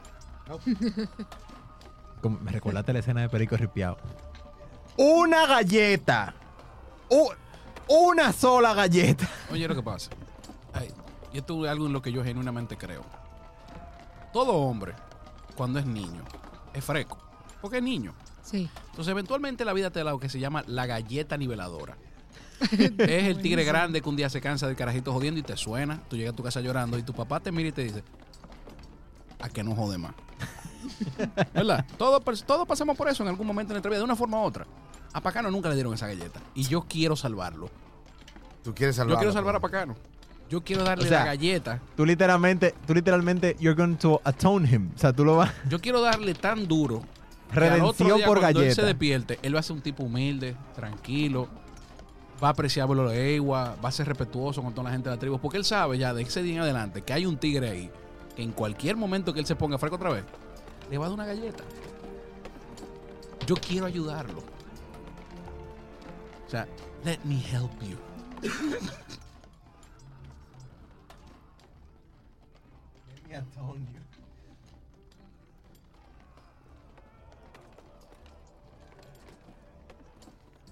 Speaker 1: Como- me recordaste la escena de Perico Ripiao. Una galleta. U- una sola galleta.
Speaker 2: Oye, lo que pasa. Ay, yo tuve algo en lo que yo genuinamente creo. Todo hombre, cuando es niño, es fresco. Porque es niño.
Speaker 4: Sí.
Speaker 2: Entonces, eventualmente la vida te da lo que se llama la galleta niveladora. es el tigre grande que un día se cansa del carajito jodiendo y te suena. Tú llegas a tu casa llorando y tu papá te mira y te dice, ¿a que no jode más? ¿Verdad? Todos, pas- todos pasamos por eso en algún momento en nuestra vida, de una forma u otra. A Pacano nunca le dieron esa galleta. Y yo quiero salvarlo.
Speaker 3: Tú quieres pues. salvar.
Speaker 2: Yo quiero salvar a Pacano. Yo quiero darle
Speaker 1: pues. O sea-
Speaker 2: la galleta.
Speaker 1: Tú literalmente, tú literalmente, you're going to atone him. O sea, tú lo vas.
Speaker 2: Yo quiero darle tan duro. que al otro
Speaker 1: Redención
Speaker 2: día,
Speaker 1: por
Speaker 2: cuando Él
Speaker 1: galleta.
Speaker 2: se despierte, él va a ser un tipo humilde, tranquilo. Va a apreciar lo de Ewa, va a ser respetuoso con toda la gente de la tribu. Porque él sabe ya de ese día en adelante que hay un tigre ahí que en cualquier momento que él se ponga fresco otra vez, le va a dar una galleta. Yo quiero ayudarlo. O sea, let me help you.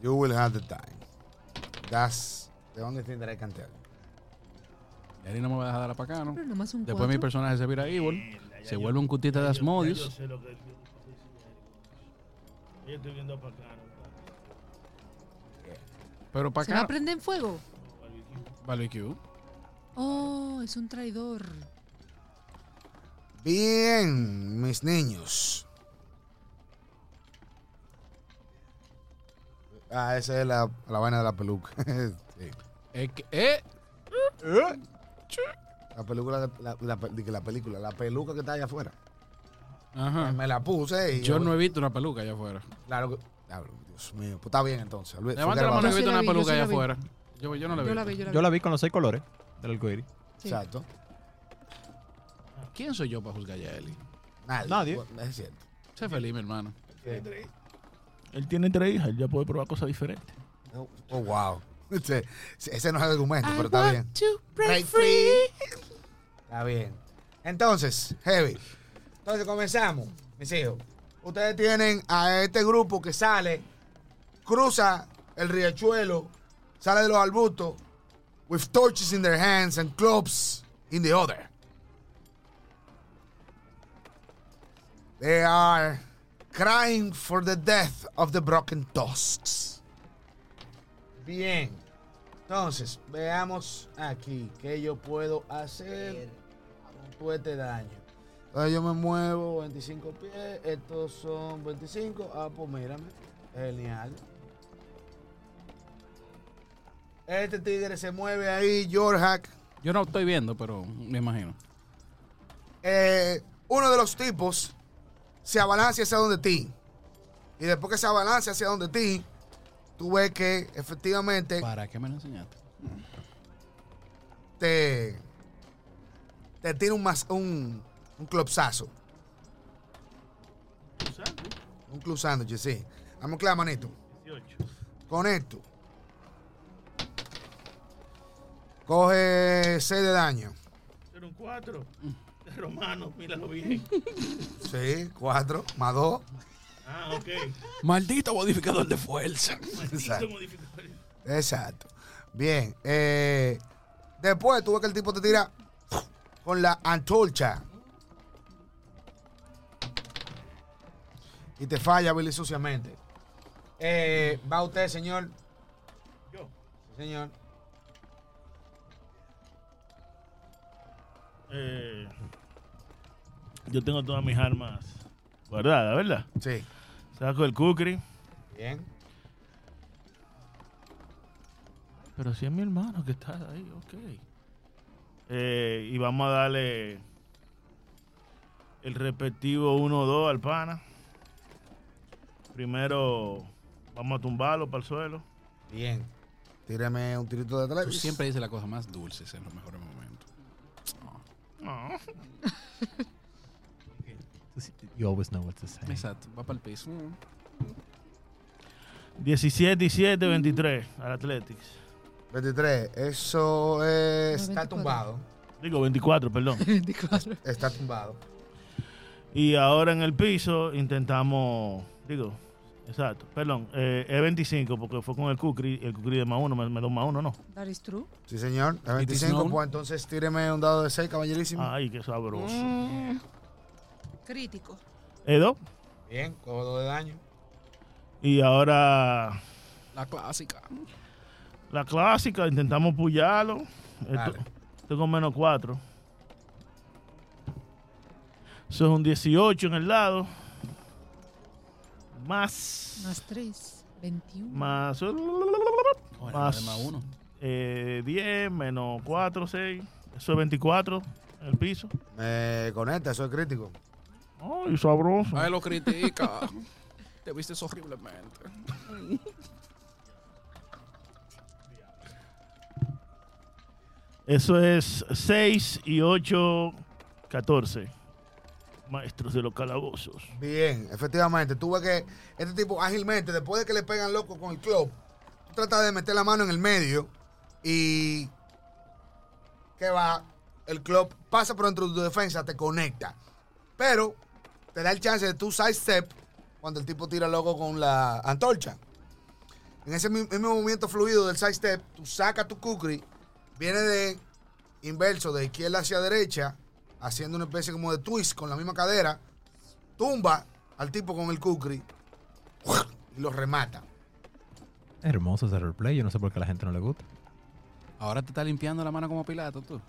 Speaker 3: You will have the time. That's the only thing that I can tell. you.
Speaker 2: Y Ari no me va a dejar dar la pacano.
Speaker 4: Pero nomás un
Speaker 2: Después mi
Speaker 4: cuatro.
Speaker 2: personaje se vira Evil. Se vuelve un cutita de Asmodius.
Speaker 5: Yo estoy viendo para acá.
Speaker 2: Pero
Speaker 4: ¿Se va a
Speaker 2: pacano.
Speaker 4: prender en fuego?
Speaker 2: Barbecue.
Speaker 4: Oh, es un traidor.
Speaker 7: Bien, mis niños. Ah, esa es la, la vaina de la peluca. Sí.
Speaker 2: Es que- ¡Eh!
Speaker 7: La película, de- la, la, de que la película, la peluca que está allá afuera.
Speaker 2: Ajá.
Speaker 7: Me la puse y
Speaker 2: Yo no he visto una peluca allá afuera.
Speaker 7: Claro que- Diablo, Dios mío. Pues está bien entonces. Luis,
Speaker 2: Levanta la
Speaker 7: fue que
Speaker 2: mano que he
Speaker 4: Yo
Speaker 7: la-
Speaker 4: sí
Speaker 2: visto
Speaker 4: la
Speaker 2: una
Speaker 4: vi, yo
Speaker 2: peluca
Speaker 4: sí
Speaker 2: allá
Speaker 4: la vi.
Speaker 2: afuera. Yo, yo no la he
Speaker 4: Yo la
Speaker 2: visto.
Speaker 4: vi, yo la vi.
Speaker 1: Yo la vi con los seis colores del arcoíris.
Speaker 4: Sí.
Speaker 7: Exacto.
Speaker 2: ¿Quién soy yo para juzgar a Eli?
Speaker 7: Nadie.
Speaker 1: Nadie.
Speaker 7: Bueno, Es cierto.
Speaker 2: Sé feliz, mi hermano.
Speaker 5: Él tiene tres hijas, él ya puede probar cosas diferentes.
Speaker 7: Oh, oh, wow. Ese, ese no es el argumento,
Speaker 4: I
Speaker 7: pero está
Speaker 4: want
Speaker 7: bien.
Speaker 4: to break
Speaker 7: Break
Speaker 4: free.
Speaker 7: free. Está bien. Entonces, Heavy. Entonces comenzamos, mis hijos. Ustedes tienen a este grupo que sale, cruza el riachuelo, sale de los arbustos, with torches in their hands and clubs in the other. They are crying for the death of the broken tusks. Bien. Entonces, veamos aquí qué yo puedo hacer con este daño. Entonces yo me muevo 25 pies, estos son 25. Ah, pues mírame. Genial. Este tigre se mueve ahí, Jorhack.
Speaker 2: Yo no estoy viendo, pero me imagino.
Speaker 7: Eh, uno de los tipos se abalancia hacia donde ti. Y después que se abalancia hacia donde ti, tú ves que efectivamente
Speaker 2: ¿Para qué me lo enseñaste?
Speaker 7: te, te tira un, mas- un, un clopsazo. Un club sándwich, sí. Vamos a clavar manito. Con esto. Coge 6 de daño.
Speaker 5: 04. Romano, míralo bien.
Speaker 7: Sí, 4 más 2.
Speaker 5: Ah, ok.
Speaker 2: Maldito modificador de fuerza.
Speaker 7: Exacto. Exacto. Bien. eh, después tú ves que el tipo te tira con la antorcha. Y te falla, Billy, suciamente. Eh, Va usted, señor.
Speaker 5: Yo.
Speaker 7: Sí, Señor.
Speaker 5: Eh, yo tengo todas mis armas guardadas, ¿verdad?
Speaker 7: Sí.
Speaker 5: Saco el Kukri.
Speaker 7: Bien.
Speaker 5: Pero si es mi hermano que está ahí, ok. Eh, y vamos a darle el respectivo 1-2 al pana. Primero vamos a tumbarlo para el suelo.
Speaker 7: Bien. Tírame un tirito de
Speaker 2: Tú
Speaker 7: atrás.
Speaker 2: siempre dices las cosas más dulces en los mejores momentos.
Speaker 5: Ah.
Speaker 1: You always know what to say.
Speaker 2: Exacto, va para el piso.
Speaker 4: Mm.
Speaker 5: 17 y 7, 23 al Athletics.
Speaker 7: 23. Eso es-
Speaker 4: No,
Speaker 7: está
Speaker 4: 24.
Speaker 7: tumbado.
Speaker 5: Digo 24, perdón.
Speaker 4: 24.
Speaker 7: Está tumbado.
Speaker 5: Y ahora en el piso intentamos, digo, exacto, perdón, eh, es 25 porque fue con el Kukri, el Kukri de más uno, me, me da un más uno, ¿no?
Speaker 4: That is true.
Speaker 7: Sí, señor. A
Speaker 2: It is
Speaker 7: 25.
Speaker 2: known. Ah.
Speaker 7: Pues entonces tíreme un dado de 6, caballerísimo.
Speaker 5: Ay, qué sabroso.
Speaker 4: Crítico.
Speaker 5: Edo,
Speaker 7: Bien, cojo dos de daño.
Speaker 5: y ahora
Speaker 2: La clásica.
Speaker 5: la clásica, intentamos pullarlo. Esto-
Speaker 7: Dale.
Speaker 5: tengo menos 4. Eso es un 18 en el lado. Más.
Speaker 4: Más 3. 21.
Speaker 5: Más.
Speaker 2: Más. más uno.
Speaker 5: eh, 10, menos 4, 6. Eso es 24 en el piso.
Speaker 7: Me conecta, soy crítico.
Speaker 5: Ay, sabroso.
Speaker 2: Ay, lo critica. Te viste horriblemente.
Speaker 5: Eso es 6 y 8, 14. Maestros de los calabozos.
Speaker 7: Bien, efectivamente. Tú ves que este tipo ágilmente, después de que le pegan loco con el club, tú tratas de meter la mano en el medio y. que va? El club pasa por dentro de tu defensa, te conecta. Pero te da el chance de tu sidestep cuando el tipo tira loco con la antorcha. En ese mi- mismo movimiento fluido del sidestep, tú sacas tu kukri, viene de inverso de izquierda hacia derecha, haciendo una especie como de twist con la misma cadera, tumba al tipo con el kukri y lo remata.
Speaker 1: Hermoso ese replay. Yo no sé por qué a la gente no le gusta.
Speaker 2: Ahora te está limpiando la mano como Pilato, tú.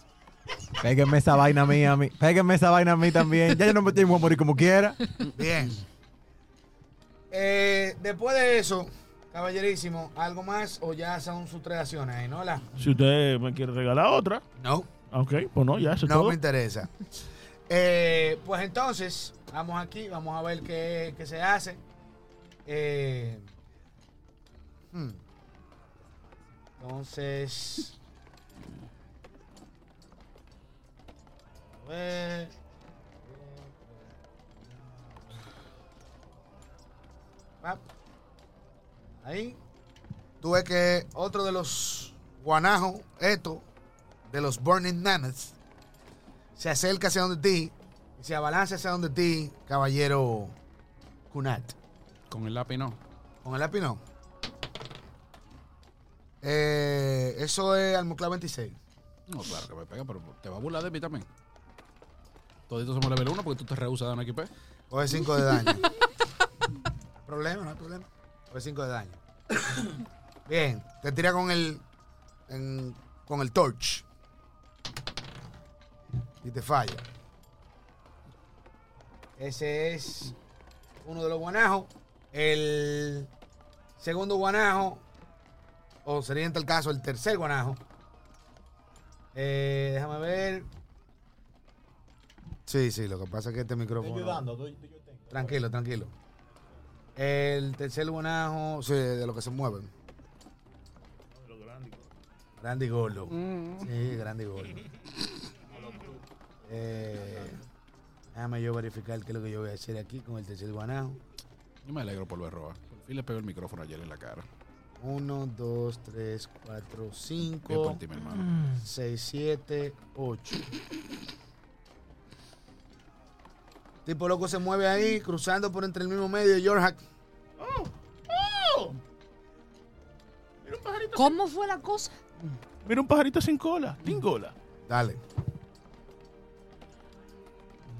Speaker 1: Péguenme esa vaina a mí, a mí. Péguenme esa vaina a mí también. Ya yo no me tengo a morir como quiera.
Speaker 7: Bien. Eh, después de eso, caballerísimo, ¿algo más o ya son sus tres acciones ahí, no? La-
Speaker 5: Si usted me quiere regalar otra,
Speaker 7: No.
Speaker 5: ah, ok, pues no, ya eso es
Speaker 7: No
Speaker 5: todo.
Speaker 7: me interesa. Eh, pues entonces, vamos aquí, vamos a ver qué, qué se hace. Eh, hmm. Entonces. A ver. Pap. Ah. Ahí. Tú ves que otro de los guanajos, esto, de los Burning Mammoths, se acerca hacia donde ti y se abalanza hacia donde ti, caballero Kunat.
Speaker 2: Con el lápiz no.
Speaker 7: Con el lápiz no. Eh, eso es Almoclave 26.
Speaker 2: No, claro que me pega, pero te va a burlar de mí también. Todito somos level 1 porque tú te rehusas a dar un equipo.
Speaker 7: Coge 5 de daño. problema, no hay problema. Coge 5 de daño. Bien, te tira con el. en- con el torch. Y te falla. Ese es uno de los guanajos. El segundo guanajo, o sería en tal caso el tercer guanajo. Eh, déjame ver. Sí, sí, lo que pasa es que este micrófono. Tranquilo, tranquilo. El tercer guanajo, sí, de lo que se mueven. Grande y gordo. Sí, grande y gordo. Eh, déjame yo verificar qué es lo que yo voy a hacer aquí con el tercer guanajo.
Speaker 2: Yo me alegro por lo de Roa. Por fin le pegó el micrófono ayer en la cara.
Speaker 7: Uno, dos, tres, cuatro,
Speaker 2: Bien
Speaker 7: cinco,
Speaker 2: por ti, mi hermano.
Speaker 7: 6, 7, 8. Tipo loco se mueve ahí, cruzando por entre el mismo medio de York.
Speaker 5: Oh,
Speaker 4: ¿Cómo fue la cosa?
Speaker 5: Mira un pajarito sin cola, sin cola.
Speaker 7: Dale.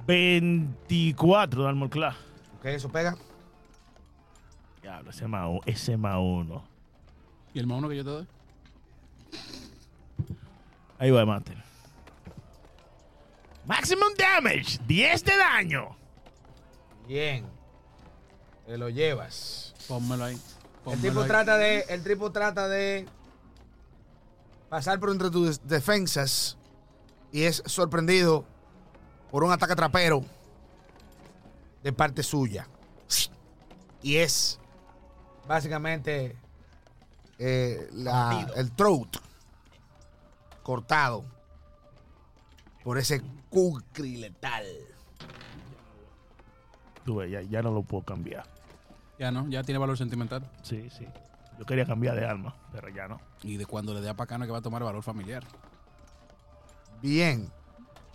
Speaker 5: 24 de Armor Class.
Speaker 7: Ok, eso pega.
Speaker 5: Diablo, ese más, u- ese más uno.
Speaker 2: ¿Y el más uno que yo te doy?
Speaker 5: Ahí va, Master. Maximum damage, 10 de daño.
Speaker 7: Bien. Te lo llevas.
Speaker 2: Pónmelo ahí.
Speaker 7: El
Speaker 2: Pónmelo
Speaker 7: tipo
Speaker 2: ahí.
Speaker 7: trata de. El tipo trata de pasar por entre tus defensas. Y es sorprendido por un ataque trapero de parte suya. Y es básicamente eh, la- el throat cortado por ese kukri letal.
Speaker 5: Tú ves, ya, ya no lo puedo cambiar.
Speaker 2: Ya no, ya tiene valor sentimental.
Speaker 5: Sí, sí. Yo quería cambiar de arma, pero ya no.
Speaker 2: Y de cuando le dé a Pacano que va a tomar valor familiar.
Speaker 7: Bien.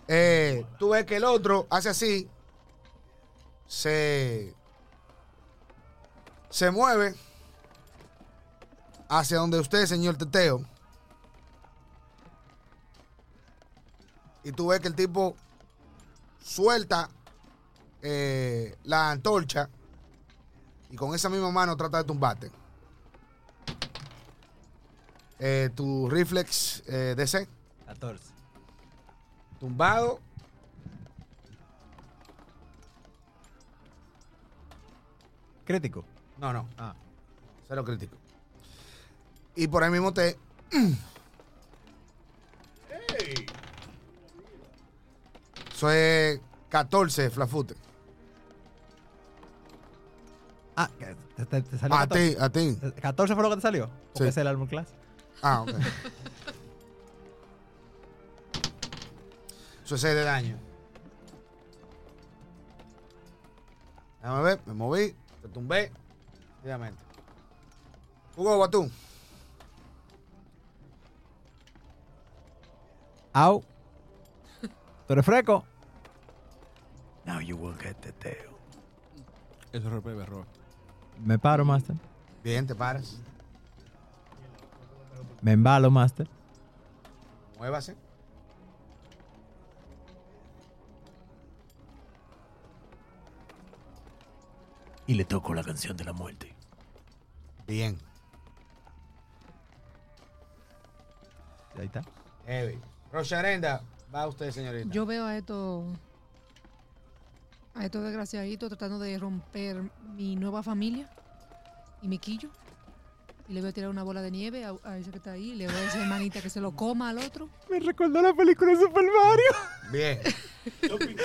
Speaker 7: Eh, tú ves que el otro hace así. Se. Se mueve. Hacia donde usted, señor Teteo. Y tú ves que el tipo suelta eh, la antorcha. Y con esa misma mano trata de tumbarte. Eh, tu reflex eh, DC.
Speaker 1: 14.
Speaker 7: Tumbado.
Speaker 1: Crítico.
Speaker 7: No, no.
Speaker 1: Ah.
Speaker 7: Cero crítico. Y por ahí mismo te. Eso es 14, Flafute.
Speaker 1: Ah, que te, te- te salió
Speaker 7: A
Speaker 1: 14.
Speaker 7: ti, a ti.
Speaker 1: 14 fue lo que te salió. Porque
Speaker 7: Sí.
Speaker 1: es el Armor Class.
Speaker 7: Ah, ok. Eso es 6 de daño. Déjame ver, me moví, te tumbé. Rápidamente. Hugo, va tú.
Speaker 1: Au. ¿Tú eres freco? Now you will get the tail.
Speaker 2: Eso es ropa de Roa.
Speaker 1: Me paro, Master.
Speaker 7: Bien, te paras.
Speaker 1: Me embalo, Master.
Speaker 7: Muévase.
Speaker 1: y le toco la canción de la muerte.
Speaker 7: Bien.
Speaker 1: Ahí está.
Speaker 7: Heavy. Rocharenda, va usted, señorita.
Speaker 4: Yo veo a estos a estos desgraciaditos tratando de romper mi nueva familia y mi quillo. Y le voy a tirar una bola de nieve a, a ese que está ahí. Le voy a decir, hermanita, que se lo coma al otro.
Speaker 1: Me recordó la película de Super Mario.
Speaker 7: Bien.
Speaker 1: Los pingüinos.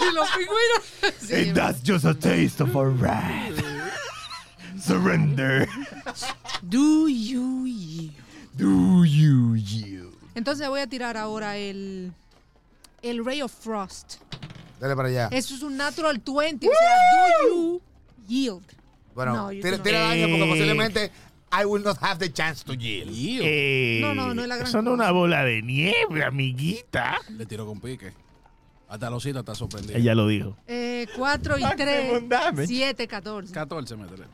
Speaker 4: Y los pingüinos. Sí,
Speaker 1: And that's just a taste of our wrath. Surrender.
Speaker 4: Do you, you.
Speaker 1: Do you, you.
Speaker 4: Entonces voy a tirar ahora el, el Ray of Frost.
Speaker 7: Dale para allá.
Speaker 4: Eso es un natural 20. O sea, do you yield.
Speaker 7: Bueno,
Speaker 4: No, yo
Speaker 7: tira,
Speaker 4: creo-
Speaker 7: tira daño
Speaker 5: Eh.
Speaker 7: porque posiblemente I will not have the chance to yield.
Speaker 2: Ew.
Speaker 5: Eh,
Speaker 4: No, no, no es la gran
Speaker 5: Eso no es
Speaker 4: cosa.
Speaker 5: una bola de nieve, amiguita.
Speaker 2: Le tiró con pique. Hasta Losita está sorprendida.
Speaker 5: Ella lo dijo.
Speaker 4: Eh, 4 y
Speaker 1: Maximum damage.
Speaker 4: 3. 7, 14.
Speaker 2: 14 métele.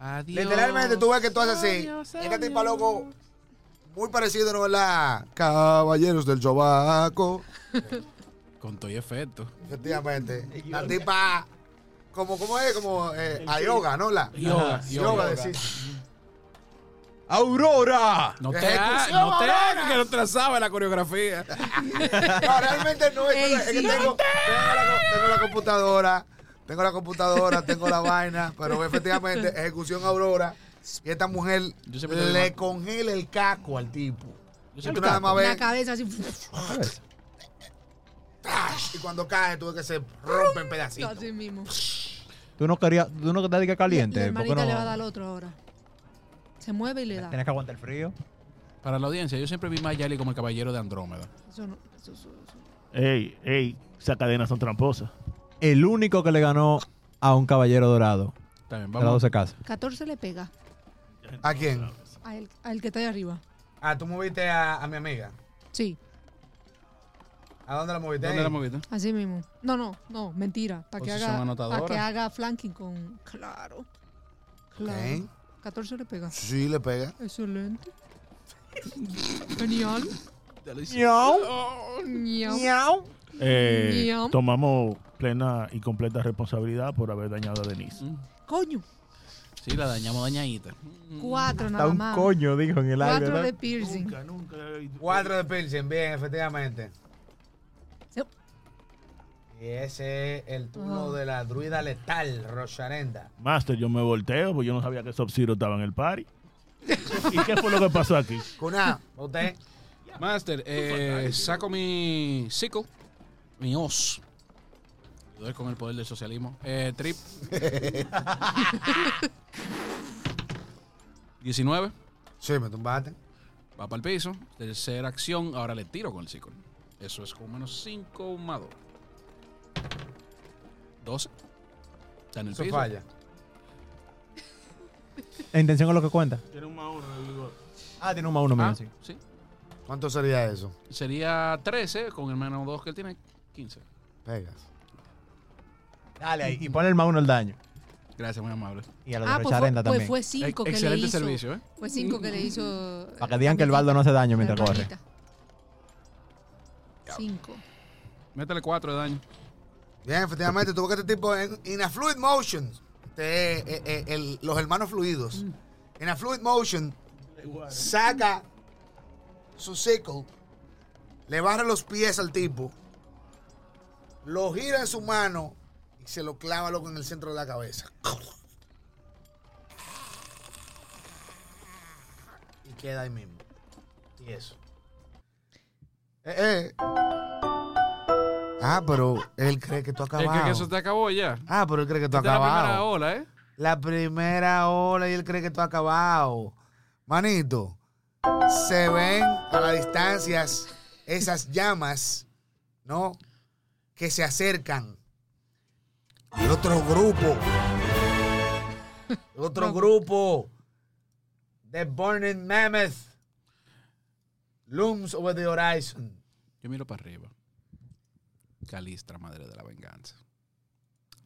Speaker 2: Adiós.
Speaker 7: Literalmente tú ves que tú haces así. Este tipo loco, muy parecido, ¿no? La Caballeros del Chobaco.
Speaker 2: Con todo y efecto.
Speaker 7: Efectivamente. La tipa, como, ¿cómo es? Como eh, a yoga, ¿no? La
Speaker 2: Yoga,
Speaker 7: yoga,
Speaker 2: yoga.
Speaker 7: decir. ¡Ah!
Speaker 1: Aurora.
Speaker 2: No te
Speaker 7: Ejecución,
Speaker 2: hagas, ¡Ah, no te
Speaker 7: ahora.
Speaker 2: hagas, que no te la sabes la coreografía.
Speaker 7: No, realmente no es.
Speaker 4: Ey,
Speaker 7: es que
Speaker 4: sí.
Speaker 7: tengo, tengo, la, tengo la computadora, tengo la computadora, tengo la vaina, pero efectivamente, ejecución Aurora. Y esta mujer
Speaker 2: Yo siempre te
Speaker 7: le
Speaker 2: digo-
Speaker 7: congela el casco al tipo.
Speaker 2: Yo
Speaker 7: Y tú
Speaker 2: siempre
Speaker 7: nada más
Speaker 4: La
Speaker 7: ves,
Speaker 4: cabeza así.
Speaker 7: ¡trash! y cuando cae, tú ves que se rompe en pedacitos.
Speaker 4: Así mismo.
Speaker 1: Tú no querías, tú no te digas
Speaker 4: La
Speaker 1: caliente. ¿Por qué
Speaker 4: hermanita
Speaker 1: no?
Speaker 4: le va a dar al otro ahora. Se mueve y le da.
Speaker 1: Tienes que aguantar el frío.
Speaker 2: Para la audiencia, yo siempre vi más a Yali como el caballero de Andrómeda.
Speaker 4: Eso no- eso- eso- eso.
Speaker 5: Ey, ey, esas cadenas son tramposas.
Speaker 1: El único que le ganó a un caballero dorado.
Speaker 2: También
Speaker 1: De las
Speaker 2: vamos.
Speaker 1: 12 casas.
Speaker 4: 14 le pega
Speaker 7: ¿A quién?
Speaker 4: a él- al que está ahí arriba.
Speaker 7: Ah, tú moviste a, a mi amiga.
Speaker 4: Sí,
Speaker 7: ¿A dónde la moviste?
Speaker 2: ¿Dónde la moviste?
Speaker 4: así mismo. No, no, no, mentira. Para que,
Speaker 2: Posición
Speaker 4: haga,
Speaker 2: anotadora.
Speaker 4: pa' que haga flanking con. Claro. Claro.
Speaker 7: Ok.
Speaker 4: 14 le pega.
Speaker 7: Sí, le pega.
Speaker 4: Excelente. Genial.
Speaker 2: Ya lo hice.
Speaker 4: Ñau.
Speaker 5: Eh,
Speaker 4: Ñam.
Speaker 5: tomamos plena y completa responsabilidad por haber dañado a Denise.
Speaker 2: Mm.
Speaker 4: Coño.
Speaker 2: Sí, la dañamos dañadita.
Speaker 4: 4
Speaker 1: Hasta
Speaker 4: nada
Speaker 1: un
Speaker 4: más.
Speaker 1: coño, dijo en el aire.
Speaker 4: 4
Speaker 1: ¿verdad?
Speaker 4: de piercing.
Speaker 5: nunca.
Speaker 7: Cuatro de piercing, bien, efectivamente.
Speaker 4: Sí.
Speaker 7: Y ese es el turno
Speaker 4: Ah.
Speaker 7: de la druida letal, Rocharenda.
Speaker 5: Master, yo me volteo porque yo no sabía que Sub-Zero estaba en el party. ¿Y qué fue lo que pasó aquí?
Speaker 7: Cuna, usted.
Speaker 2: Master, eh, saco mi sickle, mi os. Le doy con el poder del socialismo. Eh, trip. 19.
Speaker 7: Sí, me tumbaste.
Speaker 2: Va para el piso. Tercera acción. Ahora le tiro con el sickle. Eso es con menos 5 más 2. 12. Está en el
Speaker 7: Eso
Speaker 2: piso.
Speaker 7: falla.
Speaker 1: La intención es lo que cuenta.
Speaker 5: Tiene un
Speaker 1: Ah, tiene un más uno,
Speaker 2: Ah,
Speaker 1: menos, sí.
Speaker 2: sí.
Speaker 7: ¿Cuánto sería eso?
Speaker 2: Sería 13 con el menos 2 que él tiene. 15.
Speaker 7: Pegas.
Speaker 1: Dale ahí. Y ponle el más uno el daño.
Speaker 2: Gracias, muy amable.
Speaker 1: Y a la
Speaker 4: Ah,
Speaker 1: de
Speaker 4: pues fue,
Speaker 1: Rocharenda
Speaker 4: pues
Speaker 1: también.
Speaker 4: fue cinco
Speaker 2: Ex-
Speaker 4: que
Speaker 2: Excelente
Speaker 4: le hizo.
Speaker 2: servicio, ¿eh?
Speaker 4: Fue cinco que le hizo.
Speaker 1: Para que digan que el baldo no hace daño mientras
Speaker 4: la
Speaker 1: corre.
Speaker 4: hermanita. Cinco.
Speaker 2: Métele 4 de daño.
Speaker 7: Bien, efectivamente, tuvo que este tipo en in a fluid motion. Este, eh, eh, el- los hermanos
Speaker 2: Mm.
Speaker 7: fluidos. En a fluid motion, saca su sickle, le barra los pies al tipo, lo gira en su mano y se lo clava loco en el centro de la cabeza. Y queda ahí mismo. Y eso. Eh, eh. Ah, pero él cree que tú
Speaker 2: Es
Speaker 7: acabado.
Speaker 2: que, que eso te acabó ya.
Speaker 7: Ah, pero él cree que tú
Speaker 2: Esta es la primera
Speaker 7: acabado.
Speaker 2: ola, ¿eh?
Speaker 7: La primera ola y él cree que tú acabado. Manito, se ven a las distancias esas llamas, ¿no? Que se acercan. El otro grupo. El otro grupo. The Burning Mammoth. Looms over the horizon.
Speaker 2: Yo miro para arriba. Calistra, madre de la venganza.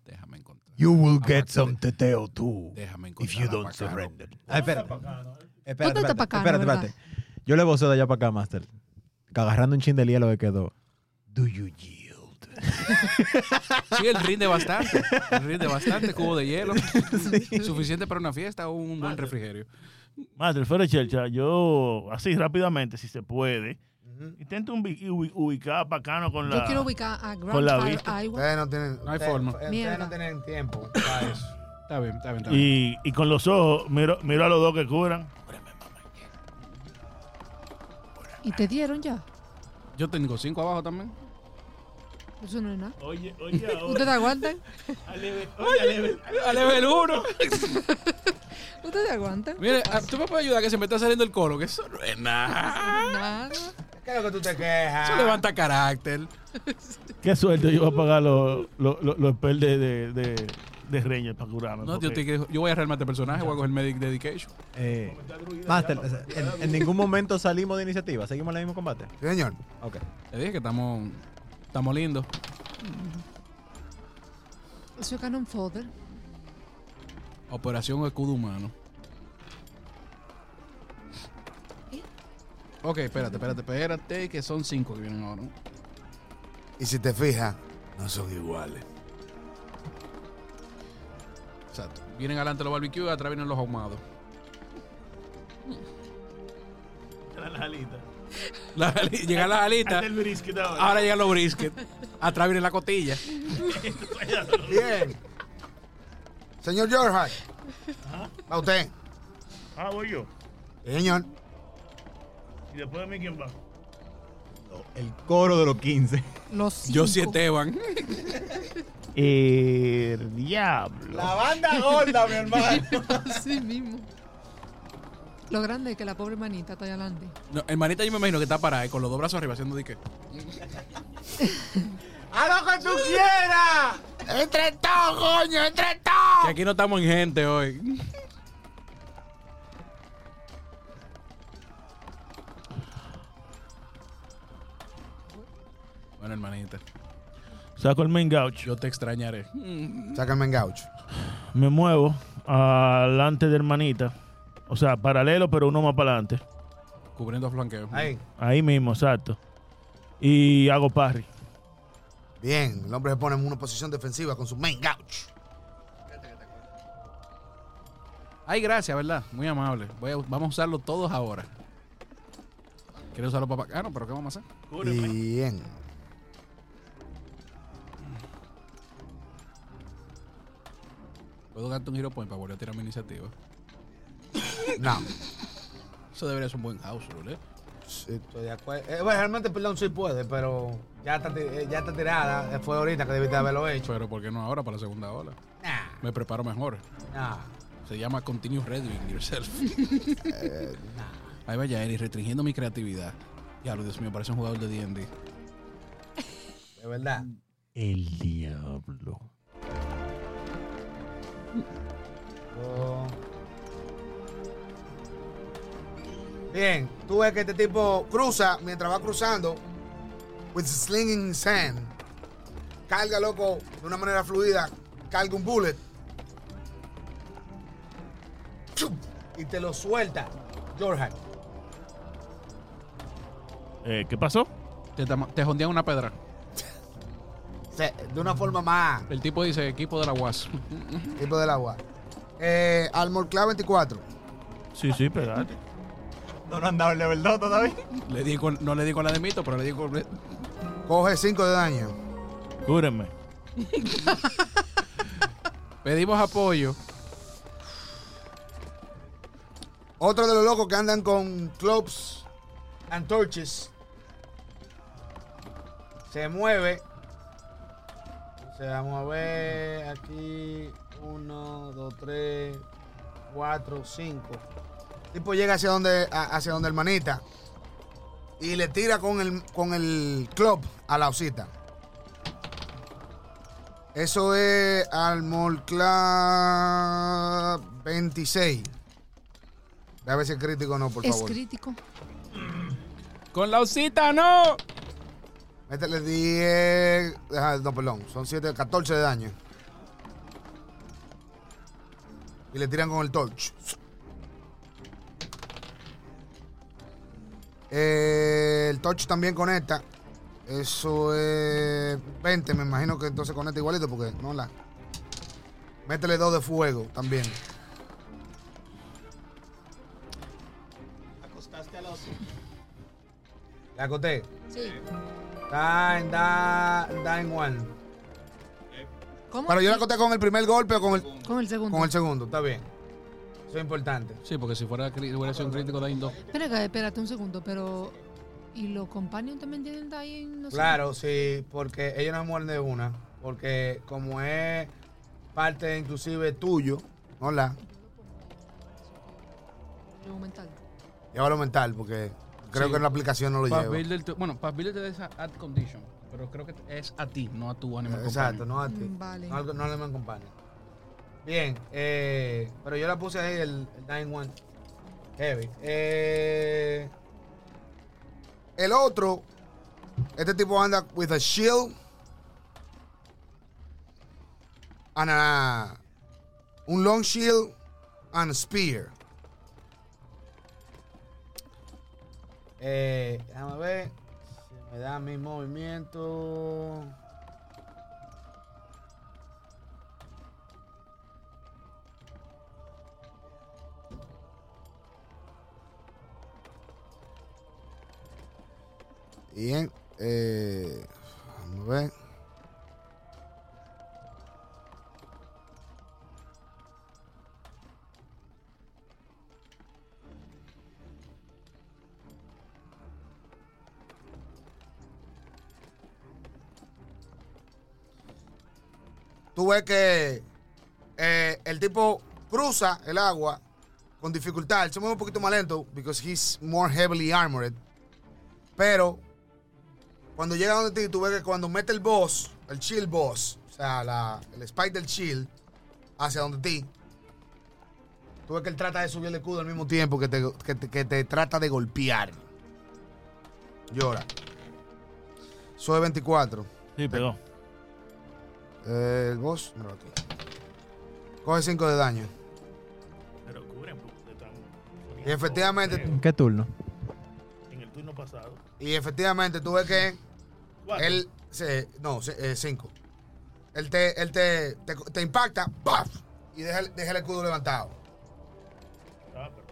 Speaker 2: Déjame encontrar.
Speaker 1: You will
Speaker 2: get some
Speaker 1: teteo too
Speaker 2: Déjame encontrar. a Pacaro.
Speaker 1: Ah, espérate. Espérate,
Speaker 4: Ponte
Speaker 1: espérate,
Speaker 4: tapacano,
Speaker 1: espérate,
Speaker 4: ¿verdad?
Speaker 1: espérate. Yo le voceo de allá para acá, Master. Que agarrando un chin de hielo que quedó. Do you yield?
Speaker 2: Sí, él rinde bastante. Él rinde bastante, cubo de hielo. Suficiente para una fiesta o un buen refrigerio.
Speaker 5: Madre, fuera de chelcha, yo así rápidamente, si se puede, intento un bi- ubi- ubicar bacano con la...
Speaker 4: Yo quiero ubicar a Grand
Speaker 5: Con la
Speaker 4: Fire
Speaker 5: vista.
Speaker 4: Iowa.
Speaker 7: Ustedes no tienen.
Speaker 2: No hay
Speaker 7: ustedes-
Speaker 2: forma.
Speaker 7: Ustedes
Speaker 4: Mierda.
Speaker 7: no tienen tiempo para eso.
Speaker 2: Está bien, está bien, está bien.
Speaker 5: Y, y con los ojos, miro, miro a los dos que curan.
Speaker 4: Y te dieron ya.
Speaker 2: Yo tengo cinco abajo también.
Speaker 4: Eso no es nada.
Speaker 5: Oye, oye,
Speaker 4: ¿Ustedes aguantan?
Speaker 2: A level 1.
Speaker 4: ¿Ustedes aguantan?
Speaker 2: Mire, ah, tú me puedes ayudar que se me está saliendo el coro, que eso no es nada.
Speaker 4: Nada.
Speaker 7: ¿Qué es lo que tú te
Speaker 2: Eso
Speaker 7: quejas?
Speaker 2: levanta carácter.
Speaker 5: Qué suerte yo voy a pagar los los los- los spells de, de, de, de Ranger para curarme.
Speaker 2: No, yo,
Speaker 5: porque-
Speaker 2: te, yo voy a arreglarme este personaje, voy a coger Medic Dedication.
Speaker 1: Eh, Master, en, en ningún momento salimos de iniciativa. Seguimos en el mismo combate.
Speaker 7: Sí, señor.
Speaker 1: Ok.
Speaker 2: Te dije que estamos, estamos lindos.
Speaker 4: Eso es Cannon Fodder.
Speaker 2: Operación Escudo Humano. Ok, espérate, espérate, espérate, que son cinco que vienen ahora. ¿no?
Speaker 7: Y si te fijas, no son iguales.
Speaker 2: Exacto. Vienen adelante los barbecues y atrás vienen los ahumados.
Speaker 5: Las alitas.
Speaker 2: La- llegan las alitas,
Speaker 5: Hasta el brisket ahora.
Speaker 2: ahora llegan los brisket. Atrás vienen la cotilla.
Speaker 7: Bien. Señor George, a usted.
Speaker 5: Ah, voy yo.
Speaker 7: Sí, señor.
Speaker 5: Y después de mí, ¿quién va?
Speaker 1: El coro de los 15.
Speaker 4: Los cinco.
Speaker 2: Yo sí, Esteban.
Speaker 5: El diablo.
Speaker 1: banda gorda, mi hermano.
Speaker 4: Así mismo. Lo grande es que la pobre manita está allá adelante.
Speaker 2: No, hermanita, yo me imagino que está parada ahí con los dos brazos arriba haciendo dique.
Speaker 1: ¡A lo que tú quieras!
Speaker 7: ¡Entre todos, coño! ¡Entre
Speaker 2: Que
Speaker 7: todos!
Speaker 2: aquí no estamos en gente hoy. Bueno, hermanita,
Speaker 5: Saco el main gauch.
Speaker 2: yo te extrañaré.
Speaker 7: Sácame en gaucho.
Speaker 5: Me muevo adelante de hermanita. O sea, paralelo, pero uno más para adelante.
Speaker 2: Cubriendo flanqueo.
Speaker 7: Ahí.
Speaker 5: Ahí mismo, exacto. Y hago parry.
Speaker 7: Bien, el hombre se pone en una posición defensiva con su main gaucho.
Speaker 2: Ay, gracias, ¿verdad? Muy amable. Voy a- vamos a usarlo todos ahora. ¿Quieres usarlo para Ah, no, pero ¿qué vamos a hacer?
Speaker 7: Bien.
Speaker 2: Puedo darte un giro point para volver a tirar mi iniciativa.
Speaker 7: No.
Speaker 2: Eso debería ser un buen house rule, ¿eh?
Speaker 7: Sí, estoy de acuerdo. Eh, bueno, realmente, perdón, sí puede, pero ya está, ti- eh, ya está tirada. Eh, Fue ahorita que debiste haberlo hecho.
Speaker 2: Pero ¿por qué no ahora para la segunda ola?
Speaker 7: Nah,
Speaker 2: Me preparo mejor.
Speaker 7: nah.
Speaker 2: Se llama Continue Redoing Yourself. Eh, Ahí vaya Eri, restringiendo mi creatividad. Diablo, Dios mío, parece un jugador de D&D.
Speaker 7: De verdad.
Speaker 1: El diablo.
Speaker 7: Oh. Bien, tú ves que este tipo cruza mientras va cruzando with slinging sand. Carga, loco, de una manera fluida. Carga un bullet. Chup, Y te lo suelta, Jordan.
Speaker 5: Eh, ¿Qué pasó?
Speaker 2: Te, tama- te jondean una pedra.
Speaker 7: O sea, de una forma más.
Speaker 2: El tipo dice, equipo de la UAS.
Speaker 7: Tipo del agua. Eh, Armor Claw 24.
Speaker 5: Sí, sí, pegate.
Speaker 1: No, no han dado el level 2 todavía.
Speaker 2: le di con- no le di con la de mito, pero le di con...
Speaker 7: Coge 5 de daño.
Speaker 5: Cúrenme.
Speaker 2: Pedimos apoyo.
Speaker 7: Otro de los locos que andan con clubs and torches. Se mueve. Entonces vamos a ver aquí. 1, 2, 3, 4, 5. Tipo llega hacia donde, a- hacia donde hermanita. Y le tira con el, con el club a la osita. Eso es Armor Club 26. A ver si es crítico o no, por
Speaker 4: es
Speaker 7: favor.
Speaker 4: crítico.
Speaker 2: ¡Con la osita, no!
Speaker 7: Métele 10. ah, No, perdón. Son 7, 14 de daño. Y le tiran con el torch. Eh, el torch también conecta. Eso es 20, me imagino que entonces conecta igualito porque no la. Métele dos de fuego también.
Speaker 6: Acostaste al oso.
Speaker 7: La acoté.
Speaker 4: Sí.
Speaker 7: Está en da, da en one.
Speaker 4: ¿Cómo?
Speaker 7: Pero yo la acoté con el primer golpe o con el,
Speaker 4: Con el segundo.
Speaker 7: con el segundo, está bien. Eso es importante.
Speaker 2: Sí, porque si fuera cri- hubiera sido un crítico de Indo.
Speaker 4: Espera acá, espérate un segundo, pero. ¿Y los companions también tienen die en no sé?
Speaker 7: Claro, sí, porque ellos no mueren de una. Porque como es parte inclusive tuyo, hola,
Speaker 4: juego mental?
Speaker 7: llévalo mental porque creo
Speaker 2: Sí.
Speaker 7: que en la aplicación no lo
Speaker 2: Path
Speaker 7: lleva.
Speaker 2: Builder, te- bueno, Path Builder te da esa ad condition, pero creo que es a ti, no a tu animal.
Speaker 7: Exacto,
Speaker 2: companion.
Speaker 7: no a ti.
Speaker 4: Mm, vale.
Speaker 7: No, al- no le acompaña. Bien, eh, pero yo la puse ahí el, el 9-1. Heavy. Eh, el otro, este tipo anda with a shield. And a- un long shield and a spear. Eh, déjame ver. Si me da mi movimiento. Bien. Eh, vamos a ver. Tú ves que eh, el tipo cruza el agua con dificultad. Él se mueve un poquito más lento because he's more heavily armored. Pero cuando llega donde ti, tú ves que cuando mete el boss, el chill boss, o sea, la- el spike del chill, hacia donde ti, tú ves que él trata de subir el escudo al mismo tiempo que te, que te- que te trata de golpear. Llora. Soy 24.
Speaker 5: Sí, perdón.
Speaker 7: Eh, el boss, míralo aquí. Coge 5 de daño.
Speaker 5: Pero cubren porque están-
Speaker 7: Y efectivamente,
Speaker 1: ¿Qué turno?
Speaker 5: En el turno pasado.
Speaker 7: y efectivamente tú ves que
Speaker 5: Cuatro.
Speaker 7: él se, no, eh, 5. él te, él te, te, te impacta, ¡paf! Y deja, el- deja el escudo levantado.
Speaker 5: Ah, pero-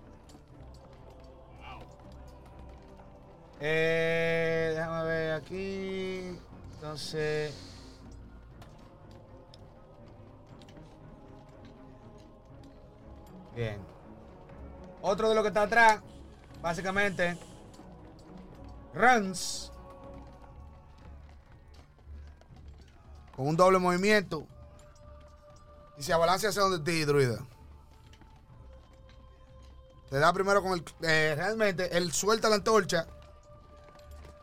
Speaker 7: Eh, déjame ver aquí. Entonces. Bien. Otro de los que está atrás, básicamente, runs. Con un doble movimiento. Y se abalanza hacia donde ti, druida. Te da primero con el. eh, realmente, él suelta la antorcha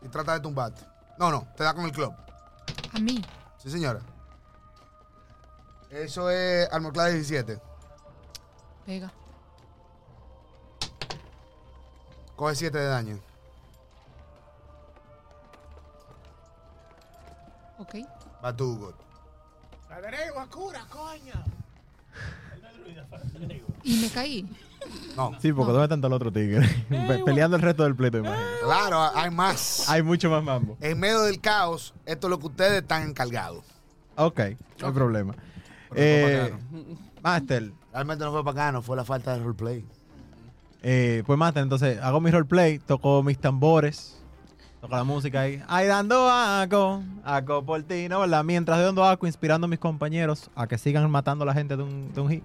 Speaker 7: y trata de tumbarte. No, no, te da con el club.
Speaker 4: A mí.
Speaker 7: Sí, señora. Eso es Armor class 17.
Speaker 4: Pega.
Speaker 7: Coge 7 de daño.
Speaker 4: Ok.
Speaker 7: Va tu God.
Speaker 4: Y me caí.
Speaker 7: No.
Speaker 1: Sí, porque ¿dónde están todos los otros tigres?
Speaker 4: Eh,
Speaker 1: Pe- Peleando el resto del pleito, imagino.
Speaker 7: Claro, hay más.
Speaker 1: Hay mucho más mambo.
Speaker 7: En medio del caos, esto es lo que ustedes están encargados.
Speaker 1: Ok, no hay problema. Eh,
Speaker 7: Pero no
Speaker 1: Master,
Speaker 7: Realmente no fue para acá, no fue la falta de roleplay.
Speaker 1: eh, pues Master, entonces hago mi roleplay, toco mis tambores, toco la música ahí. Ay, dando aco, aco por ti, ¿no? ¿Verdad? Mientras de dando aco, inspirando a mis compañeros a que sigan matando a la gente de un, de un hit.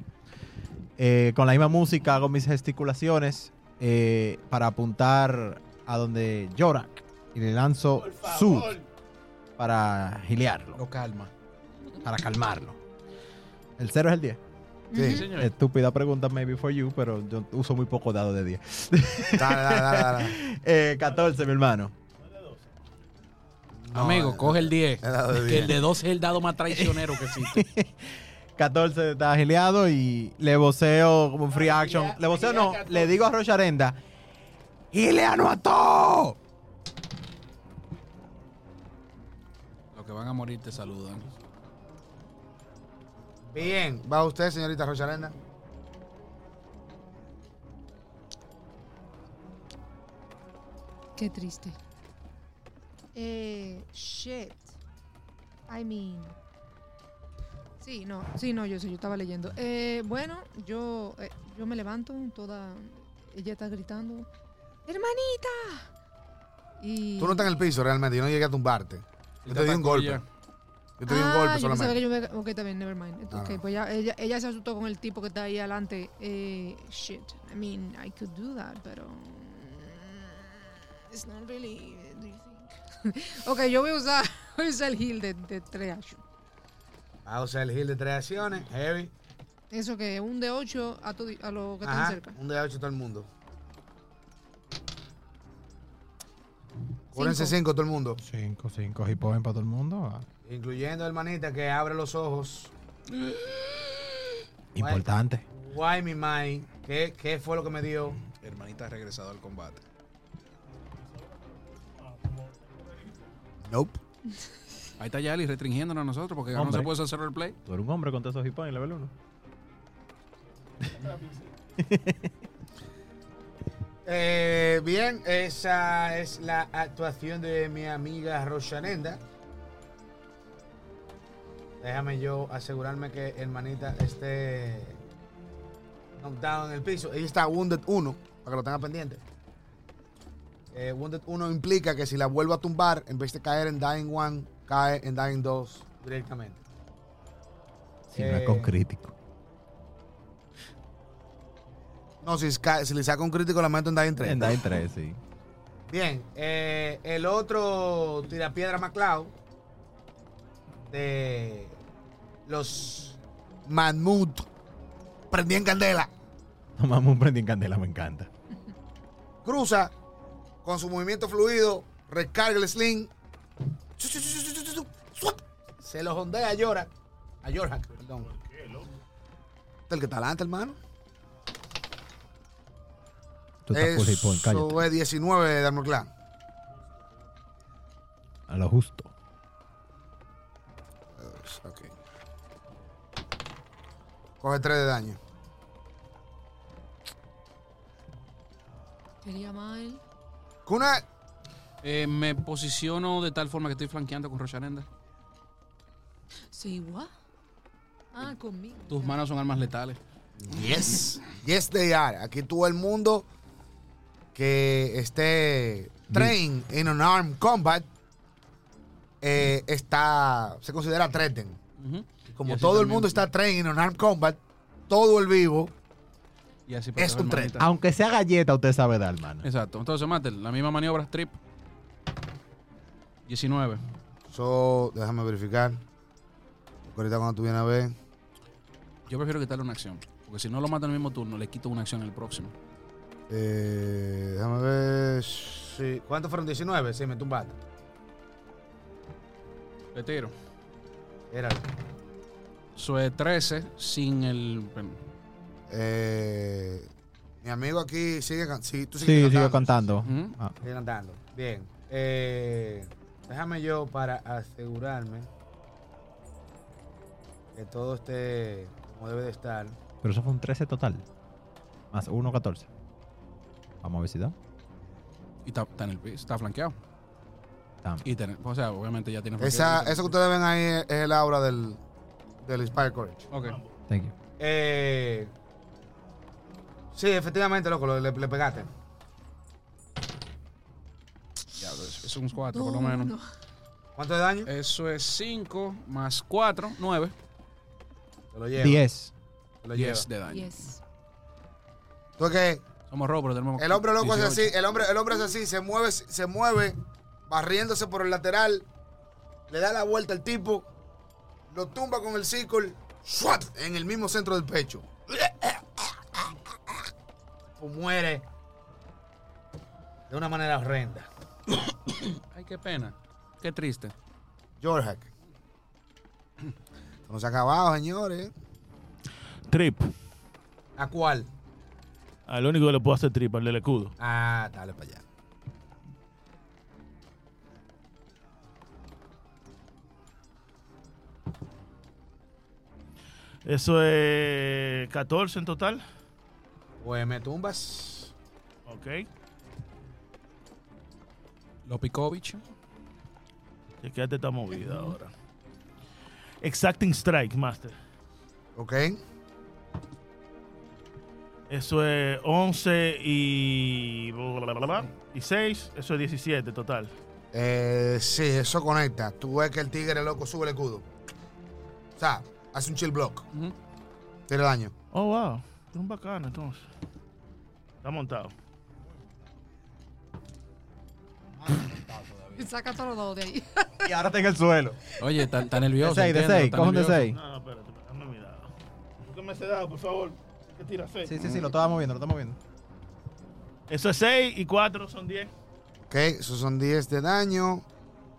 Speaker 1: Eh, con la misma música hago mis gesticulaciones eh, para apuntar a donde Yorak y le lanzo su para gilearlo,
Speaker 2: Lo calma.
Speaker 1: para calmarlo. El 0 es el 10.
Speaker 7: Sí.
Speaker 2: Sí, señor.
Speaker 1: Estúpida pregunta, maybe for you, pero yo uso muy poco dado de 10.
Speaker 7: Dale, dale, dale, dale.
Speaker 1: Eh, 14, mi hermano.
Speaker 7: No,
Speaker 2: Amigo,
Speaker 7: eh,
Speaker 2: coge el 10.
Speaker 7: el dado de
Speaker 2: Que el
Speaker 7: 10.
Speaker 2: de 12 es el dado más traicionero que existe.
Speaker 1: 14 está agiliado y le voceo como un free action.
Speaker 2: ya-
Speaker 1: le voceo
Speaker 2: ya
Speaker 1: no,
Speaker 2: 14.
Speaker 1: le digo a Rocha Arenda. ¡Y le anotó!
Speaker 2: Los que van a morir te saludan.
Speaker 7: Bien. Va usted, señorita Rocharenda.
Speaker 4: Qué triste.
Speaker 8: Eh, shit. I mean.
Speaker 4: Sí, no, sí, no, yo sí, yo estaba leyendo. Eh, bueno, yo, eh, yo me levanto, toda. Ella está gritando: ¡Hermanita! Y.
Speaker 7: Tú no estás en el piso realmente, yo no llegué a tumbarte. Yo te di un golpe. Yo te di un
Speaker 4: Ah, yo
Speaker 7: golpe
Speaker 4: pensaba
Speaker 7: solamente.
Speaker 4: que yo me- Ok, está bien, never mind. Entonces,
Speaker 7: Ah.
Speaker 4: ok, pues ya, ella, ella se asustó con el tipo que está ahí adelante. Eh, shit, I mean, I could do that, pero... mm, It's not really... Do you think? ok, yo voy a usar, voy a usar el heal de, de tres actions.
Speaker 7: Ah, o sea, el heal de tres acciones, heavy.
Speaker 4: Eso que es un de 8 a, tu, a los que están
Speaker 7: Ajá,
Speaker 4: cerca.
Speaker 7: un de 8 todo el mundo. Cúrense cinco todo el mundo.
Speaker 1: 5, 5 hipoen para todo el mundo. ah.
Speaker 7: Incluyendo hermanita que abre los ojos.
Speaker 1: Importante.
Speaker 7: Why me mind? ¿Qué, ¿Qué fue lo que me dio?
Speaker 2: Hermanita ha regresado al combate.
Speaker 7: Nope.
Speaker 2: Ahí está Yali restringiéndonos a nosotros porque no
Speaker 1: Hombre.
Speaker 2: se puede hacer el play.
Speaker 1: Tú eres un hombre con todos esos hipoen, level 1.
Speaker 7: Eh, bien, esa es la actuación de mi amiga Rochanenda. Déjame yo asegurarme que hermanita esté knockdown en el piso. Ella está Wounded 1, para que lo tenga pendiente. Eh, wounded 1 implica que si la vuelvo a tumbar, en vez de caer en Dying 1, cae en Dying 2 directamente.
Speaker 1: Si no es
Speaker 7: Eh,
Speaker 1: con crítico.
Speaker 7: No, si, ca- si le saco un crítico, la meto en Dying 3.
Speaker 1: En Dying 3, sí.
Speaker 7: Bien, eh, el otro tirapiedra MacLeod de los Mahmoud prendí en candela.
Speaker 1: Tomamos un prendín candela, me encanta.
Speaker 7: Cruza con su movimiento fluido, recarga el sling. chu, chu, chu, chu, chu, chu, chu, suap. Se lo jondea a Yorak. A Yorak, perdón. Este es El que está adelante, hermano.
Speaker 1: Tú estás full hipoen, cállate.
Speaker 7: Eso es 19 de Armor Clan.
Speaker 1: A lo justo.
Speaker 7: Ok. Coge 3 de daño.
Speaker 4: Quería más él.
Speaker 7: Kuna,
Speaker 2: Eh, me posiciono de tal forma que estoy flanqueando con Rochanenda.
Speaker 4: Sí, what? Ah, conmigo.
Speaker 2: Tus manos son armas letales.
Speaker 7: Yes. Yes, they are. Aquí todo el mundo que esté trained in an armed combat eh, está, se considera threatened.
Speaker 2: Ujú. Y
Speaker 7: Como
Speaker 2: así
Speaker 7: todo el
Speaker 2: también-
Speaker 7: mundo está trained in an armed combat, todo el vivo.
Speaker 2: y así
Speaker 7: es
Speaker 2: proteger
Speaker 7: un tren.
Speaker 2: hermanita.
Speaker 1: Aunque sea galleta, usted sabe dar, hermano.
Speaker 2: Exacto. Entonces, mate, la misma maniobra, strip. 19.
Speaker 7: So, déjame verificar. Porque Ahorita cuando tú vienes a ver.
Speaker 2: Yo prefiero quitarle una acción. Porque si no lo mata en el mismo turno, le quito una acción en el próximo.
Speaker 7: eh, déjame ver. Sí. ¿Cuántos fueron? 19. Sí, me tumbaste.
Speaker 2: Le tiro.
Speaker 7: Era.
Speaker 2: Eso es 13 sin el.
Speaker 7: Eh, mi amigo aquí sigue, can- sí, tú
Speaker 1: Sí,
Speaker 7: sigues
Speaker 1: sigo
Speaker 7: cantando.
Speaker 1: cantando.
Speaker 2: Ujú.
Speaker 1: Ah,
Speaker 7: Estoy cantando. Bien. Eh, déjame yo para asegurarme que todo esté como debe de estar.
Speaker 1: pero eso fue un 13 total. Más 1, 14. Vamos a ver si da.
Speaker 2: Y está, está en el piso. Está flanqueado.
Speaker 1: Tam.
Speaker 2: Y tiene- o sea, obviamente ya tiene
Speaker 7: Esa,
Speaker 2: flanqueo.
Speaker 7: eso que ustedes ven ahí es, es el aura del, del Inspire Courage.
Speaker 2: Ok.
Speaker 1: Thank you.
Speaker 7: Eh, sí, efectivamente, loco, lo- le, le pegaste.
Speaker 2: Ya, es es un 4 por lo menos.
Speaker 7: ¿Cuánto de daño?
Speaker 2: Eso es 5 más 4, 9.
Speaker 7: Te lo llevo.
Speaker 1: 10.
Speaker 7: Lo lleva.
Speaker 2: 10 de daño.
Speaker 4: Yes.
Speaker 7: Tú es que
Speaker 2: Somos robos, pero tenemos.
Speaker 7: el hombre loco hace
Speaker 2: 18.
Speaker 7: así, el hombre, el hombre hace así, se mueve, se mueve, barriéndose por el lateral, le da la vuelta al tipo, lo tumba con el círculo, ¡shuat! en el mismo centro del pecho. O muere de una manera horrenda.
Speaker 2: Ay, qué pena. Qué triste.
Speaker 7: Jorhack. Esto No se ha acabado, señores.
Speaker 5: Trip.
Speaker 7: ¿A cuál?
Speaker 5: Al único que le puedo hacer trip, al del escudo.
Speaker 7: Ah, dale para allá.
Speaker 5: Eso es 14 en total.
Speaker 7: Pues me tumbas.
Speaker 5: Ok.
Speaker 2: Lopikovich.
Speaker 5: Chequeate esta movida ahora. Exacting Strike, Master.
Speaker 7: ¿Ok?
Speaker 5: Eso es 11 y. bla, bla, bla, bla, y 6. Eso es 17 total.
Speaker 7: Eh, sí, eso conecta. Tú ves que el tigre loco sube el escudo. O sea, hace un chill block.
Speaker 2: Ujú.
Speaker 7: Tira daño.
Speaker 5: Oh, wow. Es un bacano, entonces. Está montado.
Speaker 4: Saca todos los dos de ahí.
Speaker 1: Y ahora está en el suelo.
Speaker 2: Oye, está, está
Speaker 1: De
Speaker 2: nervioso.
Speaker 1: 6, de
Speaker 2: entiendo,
Speaker 1: 6,
Speaker 2: está
Speaker 1: coge un de
Speaker 2: nervioso.
Speaker 1: 6.
Speaker 5: No, no, espérate, espérate, dame mi dado. Búscame ese dado, por favor. Que tira 6.
Speaker 1: Sí, sí, sí, lo estaba moviendo, lo estaba moviendo.
Speaker 5: Eso es 6 y 4 son 10.
Speaker 7: Ok, esos son 10 de daño.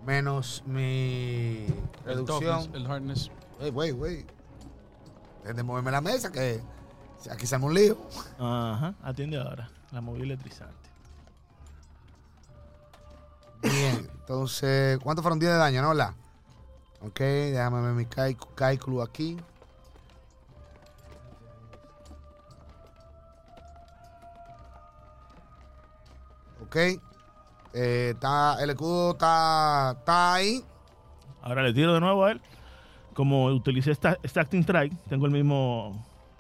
Speaker 7: Menos mi
Speaker 2: El
Speaker 7: reducción.
Speaker 2: toughness, el hardness.
Speaker 7: Wey, wey, wey. Dejen de moverme la mesa, que aquí se arma un lío.
Speaker 5: Ajá, atiende ahora. La moví electrizante.
Speaker 7: Bien, entonces, ¿cuántos fueron 10 de daño, no? La? Ok, déjame ver mi cálculo cálculo aquí. Ok, eh, está, el escudo está, está ahí.
Speaker 5: Ahora le tiro de nuevo a él. Como utilicé esta, esta Acting Strike, tengo el mismo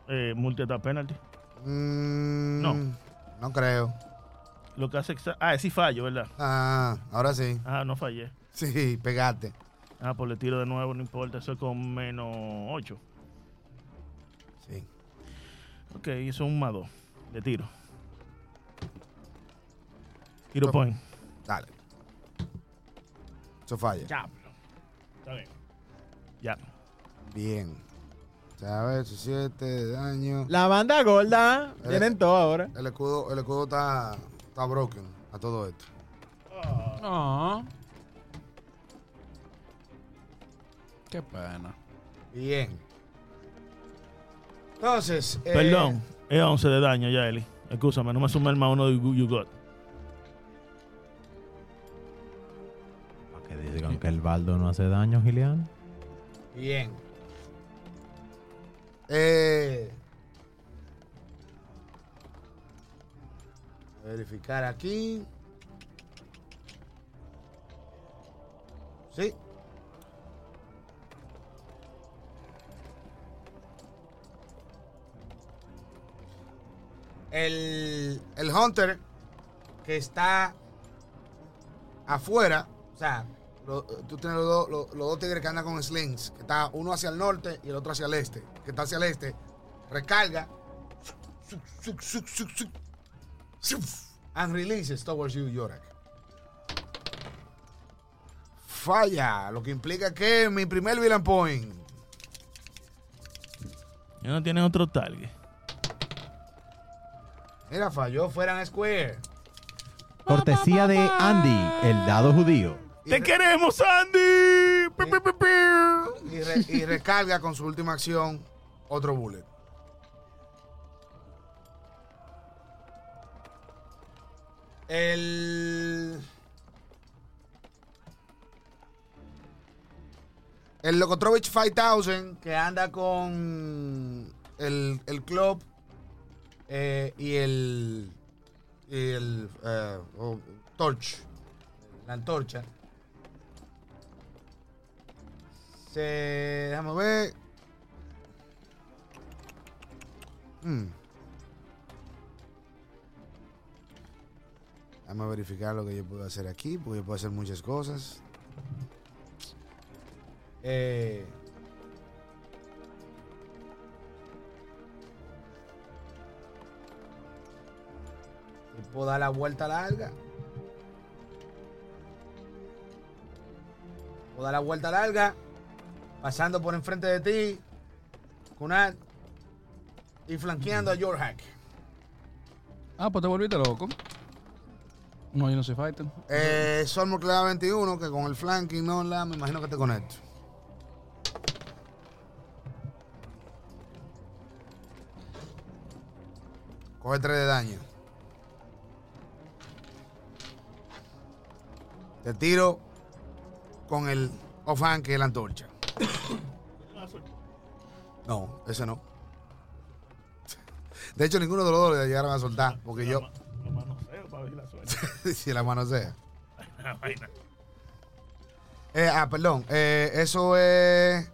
Speaker 5: eh, multi-attack penalty.
Speaker 7: Mm,
Speaker 5: No.
Speaker 7: No creo.
Speaker 5: Lo que hace. exa- Ah, sí fallo, ¿verdad?
Speaker 7: Ah, ahora sí.
Speaker 5: Ah, no fallé.
Speaker 7: Sí, pegaste.
Speaker 5: Ah, pues le tiro de nuevo, no importa. Eso es con menos 8.
Speaker 7: Sí.
Speaker 5: Ok, eso es un más 2. Le tiro. Tiro point.
Speaker 7: Dale. Eso falla.
Speaker 5: Ya, pero- Está bien. Ya.
Speaker 7: Bien. ¿Sabes? 17 de daño.
Speaker 1: La banda gorda, tienen todo ahora.
Speaker 7: El escudo, el escudo está, está broken a todo esto.
Speaker 2: No. Qué pena.
Speaker 7: Bien. Entonces. eh,
Speaker 5: Perdón, es 11 de daño ya, Eli. Escúchame, no me sumé el más uno de You You Got.
Speaker 1: Que digan que el baldo no hace daño, Giliano.
Speaker 7: Bien. Eh, verificar aquí. Sí. El, el Hunter que está afuera, o sea, lo- tú tienes los, dos- los- los dos tigres que andan con slings, que está uno hacia el norte y el otro hacia el este, que está hacia el este, recarga, suc, suc, suc, suc, suc, and releases towards you, Yorak. Falla, lo que implica que mi primer villain point.
Speaker 5: Ya no tienen otro target.
Speaker 7: Mira, falló fuera en Square.
Speaker 1: Cortesía de Andy, el dado judío.
Speaker 7: Y
Speaker 5: ¡Te
Speaker 7: re-
Speaker 5: queremos, Andy! Pi, pi, pi, pi.
Speaker 7: y, re- y recarga con su última acción otro bullet. El. El Locotrovich 5000 que anda con el, el club eh, y el. Y el. eh, oh, torch. La antorcha. Se. Déjame ver. Hmm. Déjame verificar lo que yo puedo hacer aquí, porque yo puedo hacer muchas cosas. Eh, yo puedo dar la vuelta larga. Puedo dar la vuelta larga pasando por enfrente de ti, Kunal, y flanqueando a Yorhack.
Speaker 2: Ah, pues te volviste loco. No, yo no soy fighter.
Speaker 7: Eh, Solmor clava 21, que con el flanking no la, me imagino que te conecto. Coge 3 de daño. Te tiro con el offhand que es la antorcha. No, ese no. De hecho, ninguno de los dos le llegaron a soltar, porque yo,
Speaker 5: Lo manoseo para ver la suerte.
Speaker 7: si la mano sea.
Speaker 5: La vaina.
Speaker 7: Eh, ah, perdón. Eh, eso es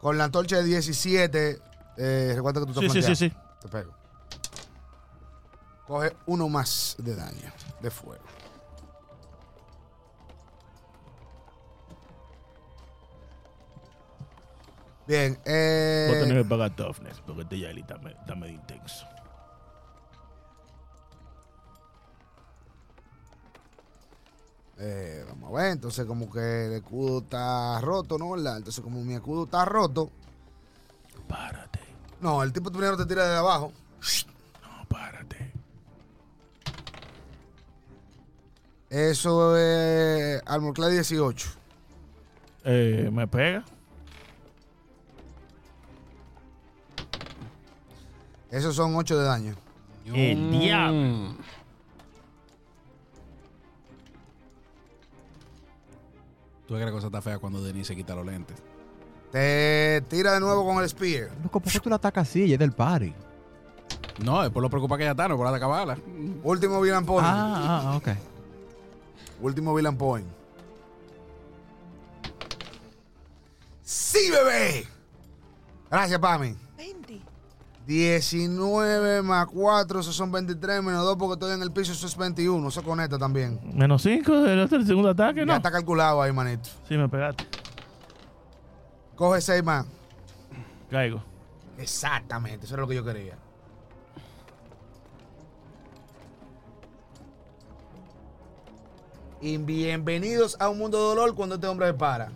Speaker 7: con la antorcha de 17. Eh, recuerda que tú te
Speaker 5: Sí, sí, sí,
Speaker 7: flanqueas.
Speaker 5: sí.
Speaker 7: Te pego. Coge uno más de daño de fuego. Bien,
Speaker 5: Vos tenés
Speaker 7: eh,
Speaker 5: que pagar toughness porque este Yaeli está, me- está medio intenso.
Speaker 7: eh, vamos a ver, entonces como que el escudo está roto, ¿no? ¿Verdad? Entonces como mi escudo está roto,
Speaker 5: Párate,
Speaker 7: no, el tipo primero te tira de abajo,
Speaker 5: no, párate.
Speaker 7: Eso es Armor Class 18.
Speaker 5: Eh, ¿Me pega?
Speaker 7: Esos son 8 de daño.
Speaker 5: El diablo.
Speaker 2: Tú ves que la cosa está fea cuando Denise se quita los lentes.
Speaker 7: Te tira de nuevo con el Spear.
Speaker 1: Loco, ¿por qué tú la atacas así? Ella es del party.
Speaker 2: No, después lo preocupa que ya está, no por la de acabarla.
Speaker 7: Último Villain Point.
Speaker 1: Ah, ah, ok.
Speaker 7: Último Villain Point. ¡Sí, bebé! Gracias, Pami.
Speaker 8: 20.
Speaker 7: 19 más 4, esos son 23, menos 2 porque estoy en el piso, eso es 21. Eso conecta también.
Speaker 5: Menos 5 del otro- del segundo ataque,
Speaker 7: Ya
Speaker 5: ¿no?
Speaker 7: está calculado ahí, manito.
Speaker 5: Sí, me pegaste.
Speaker 7: Coge 6 más.
Speaker 5: Caigo.
Speaker 7: Exactamente, eso era lo que yo quería. Y bienvenidos a un mundo de dolor cuando este hombre se para.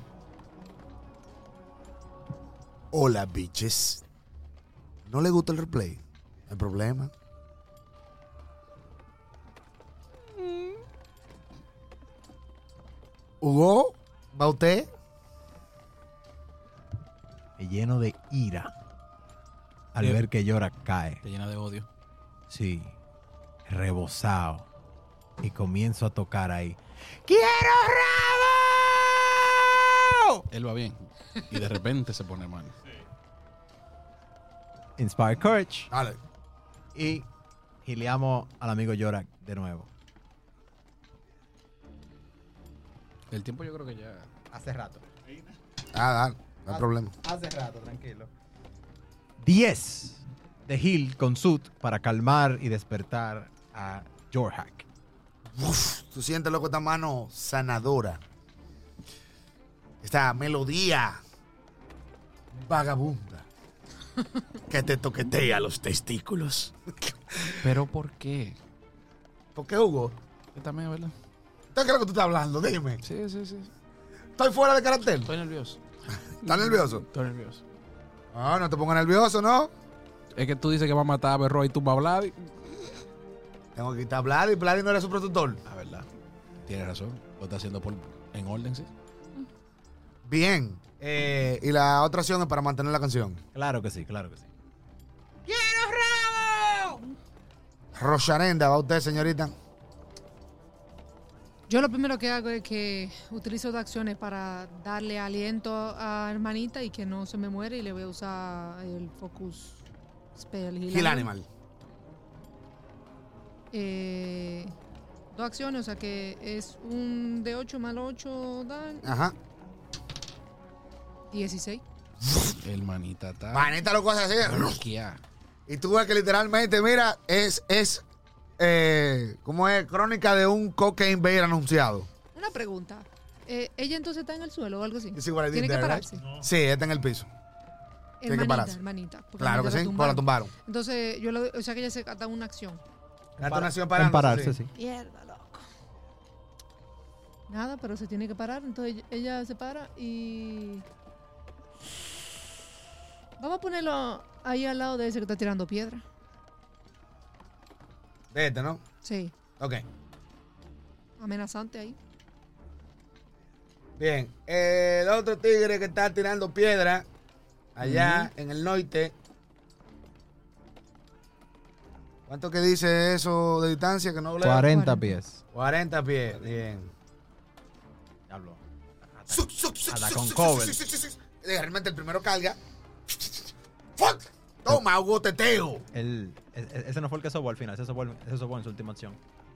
Speaker 7: Hola, bitches. ¿No le gusta el replay? El problema. Hugo, ¿va usted?
Speaker 1: Lleno de ira. Al
Speaker 2: Sí.
Speaker 1: ver que llora, cae.
Speaker 2: Te llena de odio.
Speaker 1: Sí, rebosado. Y comienzo a tocar ahí. ¡Quiero rabo!
Speaker 2: Él va bien. Y de repente se pone mal.
Speaker 1: Inspire Courage.
Speaker 7: Dale.
Speaker 1: Y gileamos al amigo Yorak de nuevo.
Speaker 2: El tiempo yo creo que ya.
Speaker 1: Hace rato.
Speaker 7: Ah, dale, no hay problema.
Speaker 1: Hace rato, tranquilo. 10 de Hill con Sud para calmar y despertar a Jorhack.
Speaker 7: Uf, tú sientes, loco, esta mano sanadora. Esta melodía vagabunda que te toquetea los testículos.
Speaker 2: ¿Pero por qué?
Speaker 7: ¿Por qué, Hugo?
Speaker 2: Yo también, ¿verdad?
Speaker 7: ¿Tú crees que tú estás hablando? Dime.
Speaker 2: Sí, sí, sí.
Speaker 7: ¿Estoy fuera de cartel?
Speaker 2: Estoy nervioso.
Speaker 7: ¿Estás nervioso?
Speaker 2: Estoy nervioso.
Speaker 7: No, no te pongas nervioso, ¿no?
Speaker 2: Es que tú dices que va a matar a Berro y tú vas a hablar. y-
Speaker 7: Tengo que quitar a Vladi. Vladi no era su protector.
Speaker 2: Ah, verdad. Tienes razón. Lo está haciendo por, en orden, sí.
Speaker 7: Bien. Eh, y la otra acción es para mantener la canción.
Speaker 1: Claro que sí, claro que sí.
Speaker 7: Rosarenda, va usted, señorita.
Speaker 4: Yo lo primero que hago es que utilizo de acciones para darle aliento a hermanita y que no se me muere y le voy a usar el focus spell. Heal
Speaker 7: Gil
Speaker 4: Animal.
Speaker 7: Animal.
Speaker 4: Eh, dos acciones, o sea que es un de 8 más 8 dan
Speaker 7: Ajá.
Speaker 4: 16.
Speaker 2: El manita está.
Speaker 7: Manita lo cosa así.
Speaker 2: Bloqueada.
Speaker 7: Y tú ves que literalmente, mira, es, es, eh, ¿cómo es? Crónica de un cocaine bear anunciado.
Speaker 4: Una pregunta. Eh, ¿Ella entonces está en el suelo o algo así?
Speaker 7: It's what I did
Speaker 4: Tiene que
Speaker 7: there, right?
Speaker 4: pararse.
Speaker 7: Sí, está en el piso. tiene que
Speaker 4: Hermanita,
Speaker 7: pararse.
Speaker 4: hermanita. porque
Speaker 7: Claro que
Speaker 4: hermanita
Speaker 7: sí,
Speaker 4: la
Speaker 7: pues la
Speaker 4: tumbaron.
Speaker 7: tumbaron.
Speaker 4: Entonces, yo lo, o sea que ella se gasta una acción.
Speaker 7: La
Speaker 1: Para-
Speaker 7: tonación
Speaker 1: En pararse, sí.
Speaker 8: Mierda, loco.
Speaker 4: Nada, pero se tiene que parar. Entonces ella se para y. Vamos a ponerlo ahí al lado de ese que está tirando piedra.
Speaker 7: De este, ¿no?
Speaker 4: Sí,
Speaker 7: Ok.
Speaker 4: amenazante ahí.
Speaker 7: Bien. Eh, el otro tigre que está tirando piedra allá en el norte. ¿Cuánto que dice eso de distancia que no leo?
Speaker 1: 40
Speaker 4: 40.
Speaker 1: pies.
Speaker 7: 40 pies. Bien.
Speaker 1: Diablo.
Speaker 7: Suc, suc, suc,
Speaker 1: Anda
Speaker 7: suc,
Speaker 1: con
Speaker 7: suc,
Speaker 1: cover.
Speaker 7: suc, suc, suc, suc. Eh, Realmente el primero carga. ¡Fuck!
Speaker 2: Eh.
Speaker 7: Toma, Hugo Teteo.
Speaker 1: El, e- e- ese no fue el que sobó al final, ese sobó, en- ese sobó en su última acción.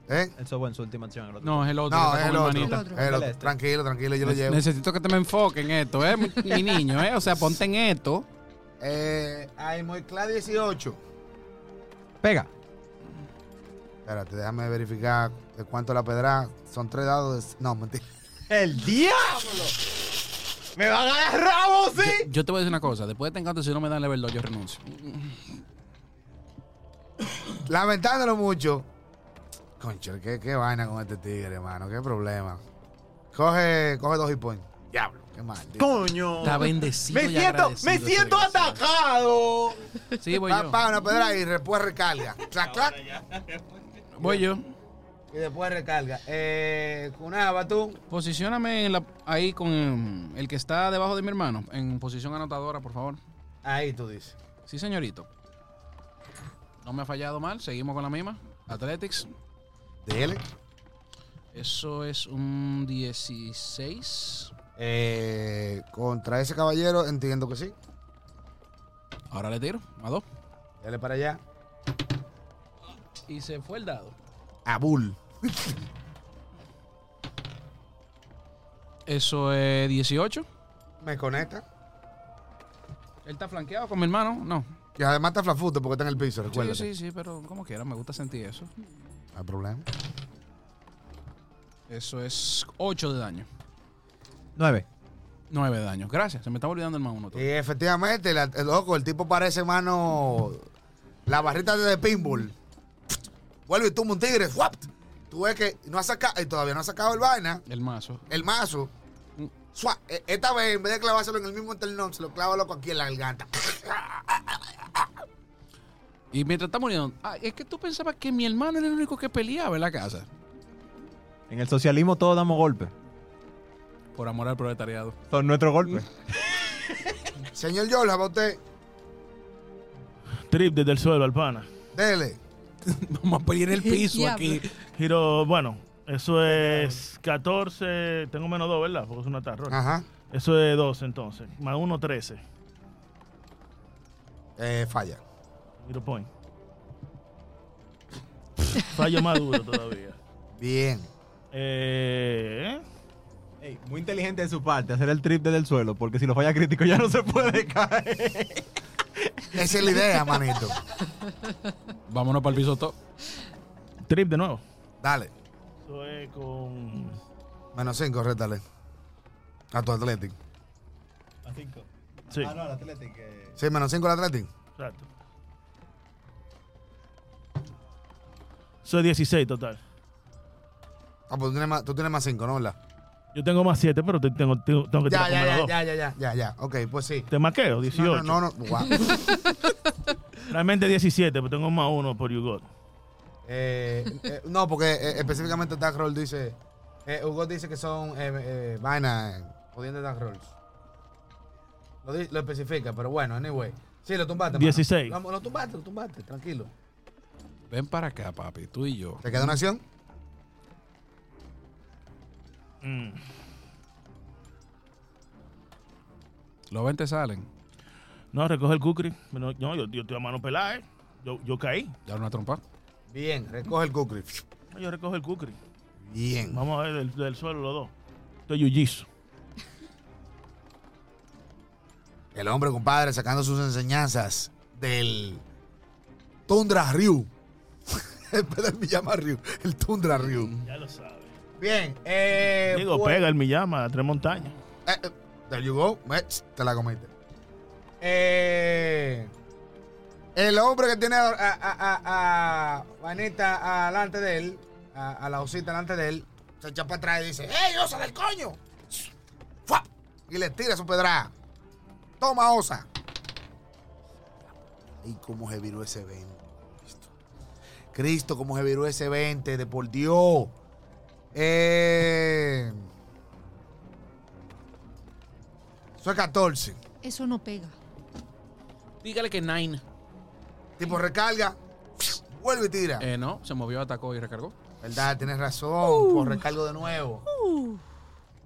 Speaker 7: ¿Eh?
Speaker 1: Él sobó en su última acción. el otro.
Speaker 2: No, es el otro.
Speaker 7: No,
Speaker 2: que está
Speaker 7: es el
Speaker 2: con el este.
Speaker 7: otro. El
Speaker 2: manito.
Speaker 7: otro. El otro. Tranquilo, tranquilo, yo lo
Speaker 2: Ne-
Speaker 7: llevo.
Speaker 2: Necesito que te me enfoquen en esto, ¿eh? Mi, mi niño, ¿eh? O sea, ponte en esto.
Speaker 7: Eh, ay, Moicla 18.
Speaker 1: Pega.
Speaker 7: Espérate, déjame verificar de cuánto la pedra. Son tres dados. de- No, mentira.
Speaker 1: ¡El diablo! ¡Me van a dar rabo, sí!
Speaker 2: Yo, yo te voy a decir una cosa. Después de este encanto, si no me dan level 2, yo renuncio.
Speaker 7: Lamentándolo mucho. Concho, qué, qué vaina con este tigre, hermano. Qué problema. Coge, coge dos y point. Diablo, qué mal. tío.
Speaker 1: ¡Coño!
Speaker 2: Está bendecido.
Speaker 1: ¡Me
Speaker 2: y
Speaker 1: siento,
Speaker 2: agradecido
Speaker 1: me
Speaker 2: ese
Speaker 1: siento
Speaker 2: desgraciado.
Speaker 1: atacado!
Speaker 2: Sí, voy
Speaker 7: Pa,
Speaker 2: yo.
Speaker 7: pa, una pedra y después recarga. Clac, clac.
Speaker 2: Voy yo.
Speaker 7: Y después recarga. Eh, Cunaba, tú.
Speaker 2: Posicióname en la- ahí con em, el que está debajo de mi hermano. En posición anotadora, por favor.
Speaker 7: Ahí tú dices.
Speaker 2: Sí, señorito. No me ha fallado mal. Seguimos con la misma. Athletics.
Speaker 7: Dele.
Speaker 2: Eso es un 16.
Speaker 7: Eh, contra ese caballero entiendo que sí.
Speaker 2: Ahora le tiro. A dos.
Speaker 7: Dele para allá.
Speaker 2: Y se fue el dado.
Speaker 7: Abul.
Speaker 2: Eso es 18.
Speaker 7: Me conecta.
Speaker 2: Él está flanqueado con mi hermano. No.
Speaker 7: Y además está flafute porque está en el piso, recuerda.
Speaker 2: Sí, sí, sí, pero como quiera, me gusta sentir eso.
Speaker 7: No hay problema.
Speaker 2: Eso es 8 de daño.
Speaker 1: Nueve.
Speaker 2: 9 de daño. Gracias. Se me estaba olvidando el más uno.
Speaker 7: Y efectivamente, la- el, loco, el tipo parece, mano, la barrita de pinball. Vuelve y tumba un tigre. ¡Fuap! Tú ves que no ha sacado, y todavía no ha sacado el vaina,
Speaker 2: El mazo.
Speaker 7: el mazo.
Speaker 2: Mm.
Speaker 7: Suá, e- Esta vez, en vez de clavárselo en el mismo ternón, se lo clava loco aquí en la garganta.
Speaker 2: Y mientras está muriendo, ah, es que tú pensabas que mi hermano era el único que peleaba en la casa.
Speaker 1: En el socialismo todos damos golpes.
Speaker 2: Por amor al proletariado.
Speaker 1: Son nuestros golpes.
Speaker 7: Señor Yola, va usted,
Speaker 5: Trip desde el suelo al pana.
Speaker 7: dele.
Speaker 2: Vamos a pelear el piso
Speaker 4: Diablo.
Speaker 2: aquí.
Speaker 5: Giro, bueno, eso es 14. Tengo menos 2, ¿verdad? Porque es una tarrona.
Speaker 7: Ajá.
Speaker 5: Eso es 2 entonces. Más 1, 13.
Speaker 7: Eh, falla.
Speaker 5: Giro point. Fallo más duro todavía.
Speaker 7: Bien.
Speaker 5: Eh,
Speaker 1: Ey, muy inteligente de su parte hacer el trip desde el suelo, porque si lo falla crítico ya no se puede caer.
Speaker 7: Esa es la idea, manito.
Speaker 2: Vámonos para el piso todo.
Speaker 5: trip de nuevo.
Speaker 7: Dale.
Speaker 5: Eso es con.
Speaker 7: Menos cinco, rétale. A tu Atlético.
Speaker 5: Sí,
Speaker 1: Ah, no, el eh. Atlético.
Speaker 7: Sí, menos cinco al Atlético.
Speaker 5: exacto. Eso es 16 total.
Speaker 7: Ah, pues tú tienes más, tú tienes más cinco, ¿no? ¿Verdad?
Speaker 5: Yo tengo más 7, pero te- tengo, tengo, tengo que
Speaker 7: Ya,
Speaker 5: tirar con
Speaker 7: ya,
Speaker 5: menos
Speaker 7: ya,
Speaker 5: 2.
Speaker 7: ya, ya, ya, ya, ya. Ok, pues sí.
Speaker 5: Te maqueo, 18.
Speaker 7: No, no, no. no. Guau.
Speaker 5: Realmente 17, pero tengo más 1 por You Got.
Speaker 7: Eh, eh, no, porque eh, específicamente Dark Roll dice. eh, Hugo dice que son eh, eh, vainas, eh, jodiendo Dark Rolls. Lo, di- lo especifica, pero bueno, anyway. Sí, lo tumbaste. mano.
Speaker 5: 16.
Speaker 7: Lo, lo tumbaste, lo tumbaste, tranquilo.
Speaker 2: Ven para acá, papi, tú y yo.
Speaker 7: ¿Te queda una acción?
Speaker 5: Mm.
Speaker 2: Los 20 salen.
Speaker 5: No, recoge el Kukri. No, no, yo, yo estoy a mano pelada, ¿eh? Yo, yo caí.
Speaker 2: Dar una trompa.
Speaker 7: Bien, recoge el Kukri.
Speaker 5: No, Yo recojo el Kukri.
Speaker 7: Bien.
Speaker 5: Vamos a ver del, del suelo los dos. Esto es yujizo.
Speaker 7: El hombre, compadre, sacando sus enseñanzas del Tundra Ryu. En vez del Miyama Ryu, el Tundra Ryu.
Speaker 5: Ya lo sabes.
Speaker 7: Bien, eh.
Speaker 5: Digo,
Speaker 7: pues-
Speaker 5: pega el Miyama a tres montañas.
Speaker 7: Eh, eh, there you go. Eh, ch, te la comiste. Eh, el hombre que tiene a, a, a, a- a Vanita alante de él, a, a la osita delante de él, se echa para atrás y dice, ¡Ey, osa del coño! ¡Fua! Y le tira su pedrada. Toma, osa. ¿Y cómo se viró ese 20? Cristo. Cristo, cómo se viró ese 20, de por Dios. Eh... Eso es 14.
Speaker 4: Eso no pega.
Speaker 2: Dígale que nine.
Speaker 7: Tipo recarga, vuelve y tira.
Speaker 2: Eh, no, se movió, atacó y recargó.
Speaker 7: ¿Verdad? Tienes razón. Pues recargo de nuevo.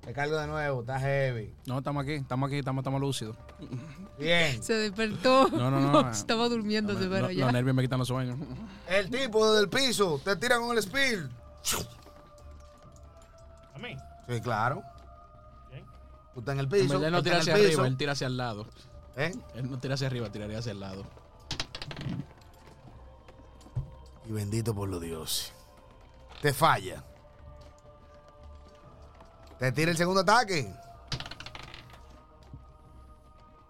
Speaker 7: Recargo de nuevo, está heavy.
Speaker 2: No, estamos aquí, estamos aquí, estamos, estamos lúcidos.
Speaker 7: Bien.
Speaker 4: Se despertó.
Speaker 2: No, no, no.
Speaker 4: Estaba durmiéndose,
Speaker 2: Lo-
Speaker 4: pero
Speaker 2: lo-
Speaker 4: ya.
Speaker 2: Los nervios me quitan los sueños.
Speaker 7: El tipo del piso te tira con el speed.
Speaker 5: A mí.
Speaker 7: Sí, claro.
Speaker 5: Ok.
Speaker 7: Tú estás en el
Speaker 2: En
Speaker 7: piso.
Speaker 2: verdad, él no
Speaker 7: está
Speaker 2: tira
Speaker 7: en
Speaker 2: hacia
Speaker 7: el piso.
Speaker 2: arriba, él tira hacia el lado.
Speaker 7: ¿eh?
Speaker 2: Él no tira hacia arriba, tiraría hacia el lado.
Speaker 7: Y bendito por los dioses. Te falla. Te tira el segundo ataque.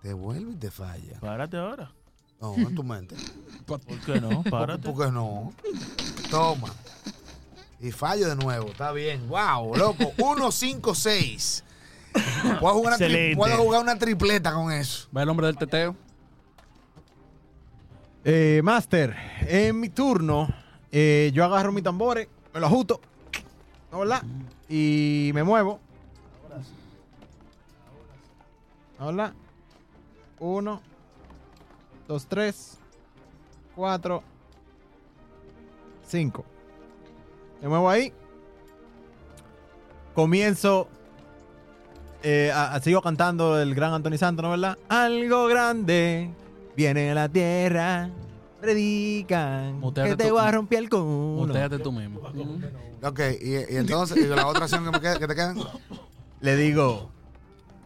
Speaker 7: Te vuelve y te falla.
Speaker 5: Párate ahora.
Speaker 7: No, en tu mente.
Speaker 5: ¿Por qué no? Párate.
Speaker 7: Porque no. Toma. Y fallo de nuevo. Está bien. Wow, loco. 1, 5, 6. Puedo jugar, una tri-
Speaker 5: Excelente.
Speaker 7: puedo jugar una tripleta con eso.
Speaker 2: ¿Va el hombre del teteo?
Speaker 1: Eh, Master, en mi turno, eh, yo agarro mis tambores, me los ajusto, hola, y me muevo. Hola. Uno, dos, tres, cuatro, cinco. Me muevo ahí. Comienzo. eh, a- a- sigo cantando el gran Anthony Santos, ¿no verdad? Algo grande viene a la tierra. Predican
Speaker 2: Muteate
Speaker 1: que te
Speaker 2: tú-
Speaker 1: voy a romper el culo.
Speaker 2: Muteate tú mismo.
Speaker 7: Ok, y, y entonces, ¿y la otra acción que, me queda- que te quedan?
Speaker 1: Le digo.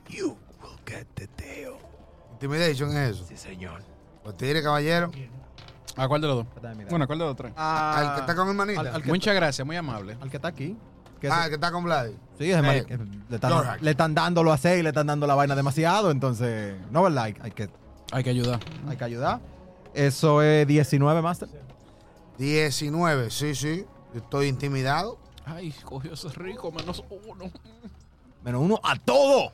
Speaker 1: You will get the tail.
Speaker 7: Intimidation es eso.
Speaker 1: Sí, señor.
Speaker 7: Pues tire, caballero.
Speaker 2: ¿A cuál de los dos? Bueno, ¿a cuál de los tres?
Speaker 1: Ah,
Speaker 7: Al que está con el manita.
Speaker 1: al- al que-
Speaker 2: Muchas gracias, muy amable.
Speaker 1: al que está aquí. que
Speaker 7: ah,
Speaker 1: se-
Speaker 7: el que está con Vladi.
Speaker 1: Sí, ese
Speaker 7: Eh,
Speaker 1: mari- eh, le, están,
Speaker 7: Lorax.
Speaker 1: le están dándolo a seis, le están dando la vaina demasiado, entonces, no, ¿verdad? Hay, hay que,
Speaker 2: Hay que ayudar.
Speaker 1: hay que ayudar. Eso es 19, Master.
Speaker 7: 19, sí, sí. Yo Estoy intimidado.
Speaker 2: Ay, cogió ese rico, menos uno.
Speaker 1: Menos uno a todo.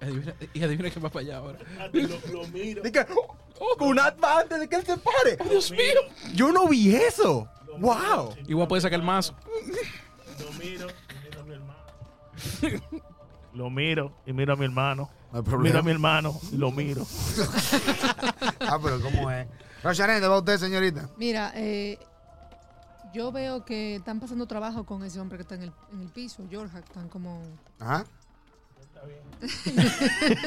Speaker 2: Adivina- y adivina qué va para allá ahora.
Speaker 5: Lo, lo miro.
Speaker 1: Dice que, oh, oh, con un advance antes de que él se pare.
Speaker 2: Dios mío.
Speaker 1: Yo no vi eso. ¡Wow!
Speaker 2: Igual puede sacar el mazo.
Speaker 5: Lo miro. y miro a mi hermano. Lo miro y miro a mi hermano.
Speaker 7: No hay
Speaker 5: Miro
Speaker 7: problema.
Speaker 5: a mi hermano. y Lo miro.
Speaker 7: Ah, pero ¿cómo es? Rocharén, ¿va usted, señorita?
Speaker 4: Mira, eh, yo veo que están pasando trabajo con ese hombre que está en el, en el piso, George, están como...
Speaker 7: Ajá.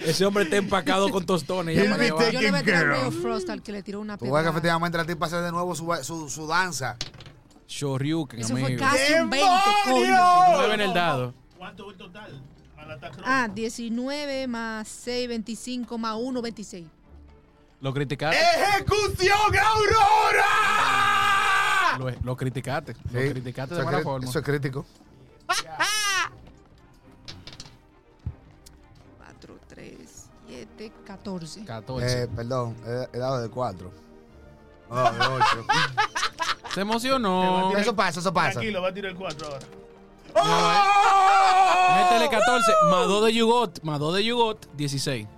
Speaker 2: Ese hombre está empacado con tostones. ya
Speaker 1: He'll
Speaker 2: para
Speaker 1: be
Speaker 2: llevar.
Speaker 4: Yo le voy a
Speaker 1: Taking
Speaker 4: tirar
Speaker 1: care
Speaker 4: Leo
Speaker 1: of.
Speaker 4: Frost al que le tiró una
Speaker 7: Tú ves que
Speaker 4: piedra.
Speaker 7: efectivamente la tipa hace de nuevo su, ba- su, su danza.
Speaker 2: Shoryuken,
Speaker 4: Eso fue
Speaker 2: amigo.
Speaker 4: casi un 20, coño.
Speaker 1: ¡Demonios!
Speaker 2: Mueven el dado.
Speaker 5: ¿Cuánto el total?
Speaker 4: Ah, 19 más 6, 25 más 1, 26.
Speaker 2: Lo criticaste.
Speaker 1: ¡Ejecución Aurora!
Speaker 2: Lo, lo criticaste.
Speaker 7: Sí.
Speaker 2: Lo criticaste de
Speaker 7: Eso es
Speaker 2: buena
Speaker 7: cri-
Speaker 2: forma.
Speaker 7: Eso es crítico.
Speaker 4: 4, 3, 7, 14.
Speaker 2: 14.
Speaker 7: Eh, perdón, he, he dado de 4. No, de 8.
Speaker 2: Se emocionó.
Speaker 5: Te va a tirar-
Speaker 7: eso pasa, eso pasa.
Speaker 5: Tranquilo, va a tirar el 4 ahora.
Speaker 2: Métele 14. Más 2 de Yugot. Más 2 de Yugot. 16.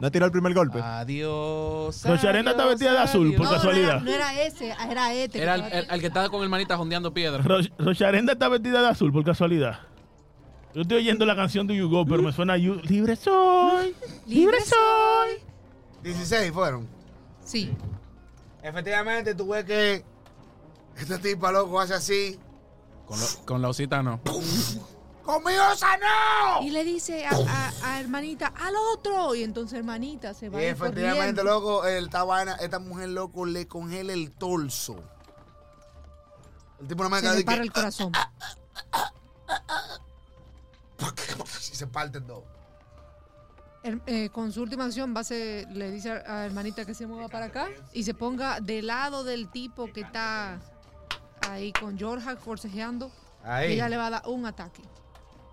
Speaker 1: No tiró el primer golpe.
Speaker 2: Adiós.
Speaker 5: Rocharena está
Speaker 2: adiós,
Speaker 5: vestida de azul,
Speaker 2: adiós.
Speaker 5: por
Speaker 4: no,
Speaker 5: casualidad.
Speaker 4: No era, no era ese, era este.
Speaker 2: Era
Speaker 4: que
Speaker 2: el,
Speaker 4: estaba-
Speaker 2: el- el que estaba con el manita jondeando piedra.
Speaker 5: Ro- Rocharenda está vestida de azul, por casualidad. Yo estoy oyendo la canción de You Go, pero me suena You- Libre soy.
Speaker 4: Libre
Speaker 5: Libre soy.
Speaker 7: 16 fueron.
Speaker 4: Sí.
Speaker 7: Efectivamente, tú ves que esta tipa, loco, hace así.
Speaker 2: Con, lo- con la osita no.
Speaker 7: ¡Conmigo sanó!
Speaker 4: Y le dice a, a- a hermanita, al otro. Y entonces hermanita se va.
Speaker 7: Y
Speaker 4: a ir
Speaker 7: efectivamente,
Speaker 4: corriendo.
Speaker 7: loco, esta vaina, esta mujer, loco, le congela el torso. El tipo no me
Speaker 4: Se
Speaker 7: queda
Speaker 4: le
Speaker 7: de
Speaker 4: para
Speaker 7: que
Speaker 4: el corazón.
Speaker 7: y se parte en dos.
Speaker 4: Her- eh, con su última acción va a ser- le dice a, a hermanita que se mueva para acá y se ponga del lado del tipo que está ahí con George forcejeando. Y
Speaker 7: Ahí.
Speaker 4: ella le va a dar un ataque.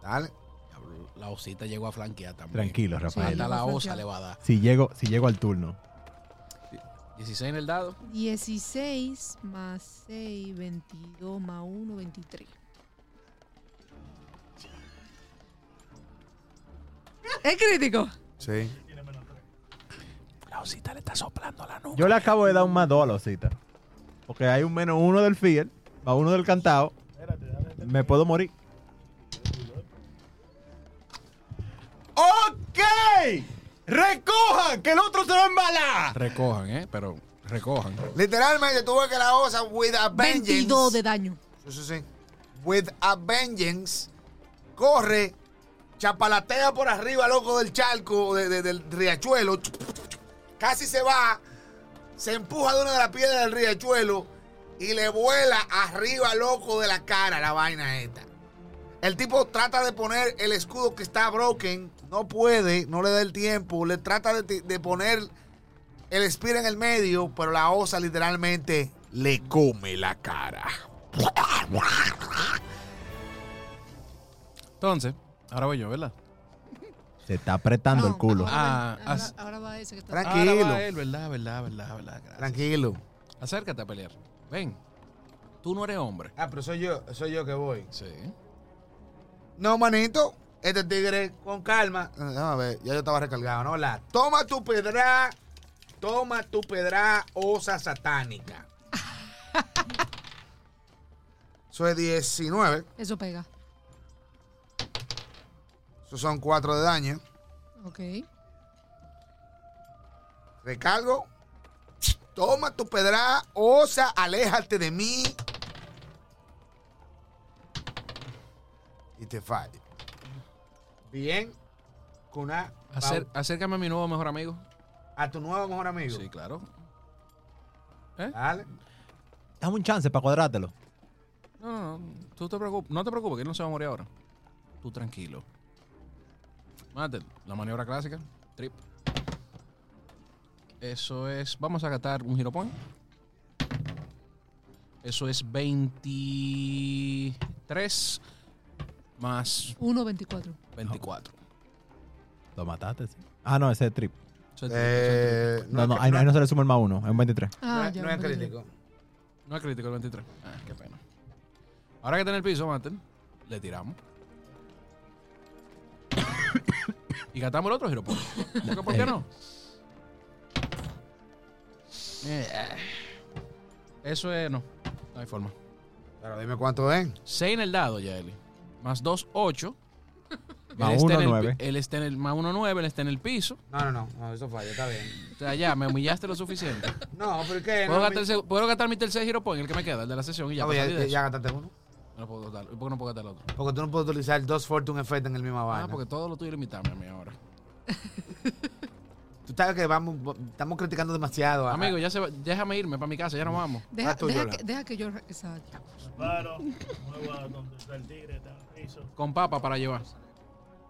Speaker 7: Dale.
Speaker 2: Diablo, La osita llegó a flanquear también.
Speaker 1: Tranquilo,
Speaker 4: Rafael.
Speaker 2: Hasta la osa le va a dar.
Speaker 1: Si llego, si llego al turno.
Speaker 2: 16 en el dado.
Speaker 4: 16 más 6, 22 más 1, 23. Es crítico.
Speaker 7: Sí.
Speaker 2: La osita le está soplando la nuca.
Speaker 1: Yo le acabo de dar un más dos a la osita. Porque hay un menos uno del fiel, más uno del cantado. Me puedo morir. ¡Ok! ¡Recojan! ¡Que el otro se va a embalar!
Speaker 2: Recojan, ¿eh? Pero recojan.
Speaker 7: Literalmente, tú ves que la osa, with a vengeance.
Speaker 4: 22 de daño.
Speaker 7: Sí, sí, sí. With a vengeance. Corre, chapalatea por arriba, loco, del charco, de- de- del riachuelo. casi se va, se empuja de una de las piedras del riachuelo y le vuela arriba, loco, de la cara la vaina esta. El tipo trata de poner el escudo que está broken, no puede, no le da el tiempo, le trata de, ti- de poner el spear en el medio, pero la osa literalmente le come la cara.
Speaker 2: Entonces, ahora voy yo, ¿verdad?
Speaker 1: Se está apretando el
Speaker 4: No,
Speaker 1: culo.
Speaker 4: Ahora, va-
Speaker 2: Ah,
Speaker 4: ahora-
Speaker 2: as-
Speaker 4: ahora va ese que está.
Speaker 7: Tranqui-
Speaker 2: Ahora
Speaker 7: Tranquilo.
Speaker 2: va él, ¿verdad? ¿Verdad? ¿Verdad? ¿Verdad? Gracias.
Speaker 7: Tranquilo.
Speaker 2: Acércate a pelear. Ven. Tú no eres hombre.
Speaker 7: Ah, pero soy yo, soy yo que voy.
Speaker 2: Sí.
Speaker 7: No, manito. Este tigre con calma. Eh, Déjame ver, ya yo estaba recargado, ¿no? La, toma tu pedra. Toma tu pedra, osa satánica. Eso es 19.
Speaker 4: Eso pega.
Speaker 7: Eso son 4 de daño.
Speaker 4: Ok.
Speaker 7: Recargo. Toma tu pedra, osa, aléjate de mí. Y te fallo. Bien. Con una.
Speaker 2: Acer- acércame a mi nuevo mejor amigo.
Speaker 7: A tu nuevo mejor amigo.
Speaker 2: Sí, claro.
Speaker 7: Dale.
Speaker 1: Dame un chance para cuadrártelo.
Speaker 2: No, no, no. Tú te preocup- no te preocupes, que él no se va a morir ahora. Tú tranquilo. Mate, la maniobra clásica. Trip. Eso es. Vamos a gastar un hero point. Eso es 23 más
Speaker 4: 1.24.
Speaker 2: 24.
Speaker 1: Lo mataste, sí. Ah, no, ese es trip.
Speaker 2: Eso es-
Speaker 7: Eh,
Speaker 1: No, no,
Speaker 7: es-
Speaker 1: ahí no, ahí no se le suma el más uno, es un 23.
Speaker 7: no
Speaker 4: Ah,
Speaker 7: es-
Speaker 4: ya.
Speaker 7: no es
Speaker 4: 23.
Speaker 7: crítico.
Speaker 2: No es crítico el 23. Ah, qué pena. Ahora que está en el piso, Maten, le tiramos. y gastamos el otro giro. pues. Porque, ¿Por qué no? Eh, Eso es. No, no hay forma.
Speaker 7: Pero dime cuánto es.
Speaker 2: 6 en el dado, Yaeli. Más 2, 8.
Speaker 1: Más uno, nueve.
Speaker 2: Él está en el más 1, 9. Él está en el piso.
Speaker 7: No, no, no, no, eso falla, está bien.
Speaker 2: O sea, ya, me humillaste lo suficiente.
Speaker 7: No, pero ¿y ¿qué?
Speaker 2: ¿Puedo,
Speaker 7: No,
Speaker 2: gastar, el seg- puedo gastar mi tercer giro point, el que me queda, el de la sesión, y ya.
Speaker 7: Ah,
Speaker 2: para
Speaker 7: pues ya,
Speaker 2: salir de
Speaker 7: ya-
Speaker 2: eso.
Speaker 7: ya gastaste uno.
Speaker 2: No puedo gastar, ¿por qué no puedo gastar el otro?
Speaker 7: Porque tú no puedes utilizar dos Fortune Effect en el mismo
Speaker 2: Ah,
Speaker 7: vaina.
Speaker 2: porque todo lo tuyo es limitable a mí ahora.
Speaker 7: Tú sabes que vamos, estamos criticando demasiado. ah. a-
Speaker 2: Amigo, ya se va- déjame irme para mi casa, ya nos vamos.
Speaker 4: Deja,
Speaker 7: Ah, tú,
Speaker 4: deja
Speaker 7: Yola.
Speaker 4: que, deja que yo. Exacto.
Speaker 5: Paro, muevo a donde está el tigre, está en el piso.
Speaker 2: Con papa para llevar.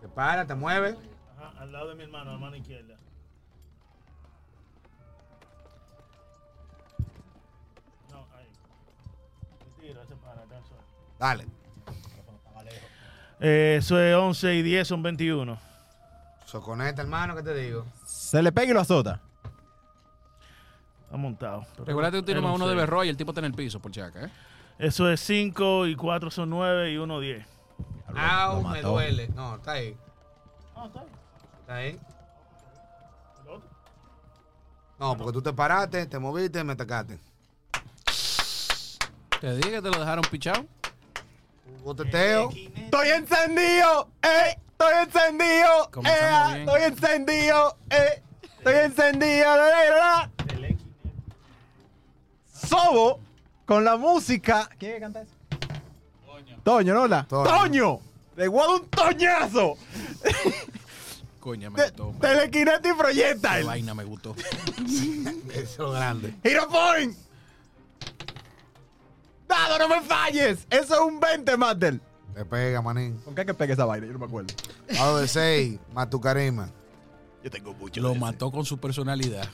Speaker 7: Te para, te mueve.
Speaker 5: Ajá, al lado de mi hermano, a la mano izquierda. No, ahí. Me tiro, se para, está solo.
Speaker 7: Dale.
Speaker 5: Eh, Eso es 11 y 10 son 21.
Speaker 7: So, conecta, hermano, ¿qué te digo?
Speaker 1: Se le pega y lo azota.
Speaker 5: Está montado. Pero
Speaker 2: Recuerda que tú tienes
Speaker 5: era
Speaker 2: más
Speaker 5: un
Speaker 2: uno de
Speaker 5: seis.
Speaker 2: Berroy y el tipo está en el piso, por chaca, ¿eh?
Speaker 5: Eso es 5 y 4 son 9 y 1 10.
Speaker 1: Lo-
Speaker 7: Ah,
Speaker 1: lo
Speaker 7: me
Speaker 1: mató.
Speaker 7: duele. No, está ahí.
Speaker 5: Ah, está bien.
Speaker 7: Está ahí.
Speaker 5: El otro.
Speaker 7: No, porque tú te paraste, te moviste, me atacaste.
Speaker 2: Te dije que te lo dejaron pichado.
Speaker 7: Hubo teteo.
Speaker 1: ¡Estoy encendido! ¡Eh! ¡Estoy encendido!
Speaker 2: Comenzamos
Speaker 1: ¡Eh!
Speaker 2: bien.
Speaker 1: ¡Estoy encendido! ¡Eh! ¡Estoy encendido! la, la, la, la. Sobo con la música. ¿Quién canta eso? Toño. Toño, ¿no? La?
Speaker 7: Toño.
Speaker 1: ¡Toño! ¡Le guardo un toñazo!
Speaker 2: Coña,
Speaker 7: Eh,
Speaker 2: me
Speaker 1: Te-
Speaker 2: gustó. man.
Speaker 1: Telequineto y
Speaker 2: Qué
Speaker 1: proyectile.
Speaker 2: vaina me gustó.
Speaker 7: Eso es grande.
Speaker 1: ¡Hero Point! ¡Dado, no me falles! Eso es un 20, Mandel.
Speaker 7: Te pega, manín.
Speaker 1: ¿Con qué es que pega esa vaina? Yo no me acuerdo.
Speaker 7: Dado de 6, más tu carima.
Speaker 1: Yo tengo mucho.
Speaker 2: Lo mató con su personalidad.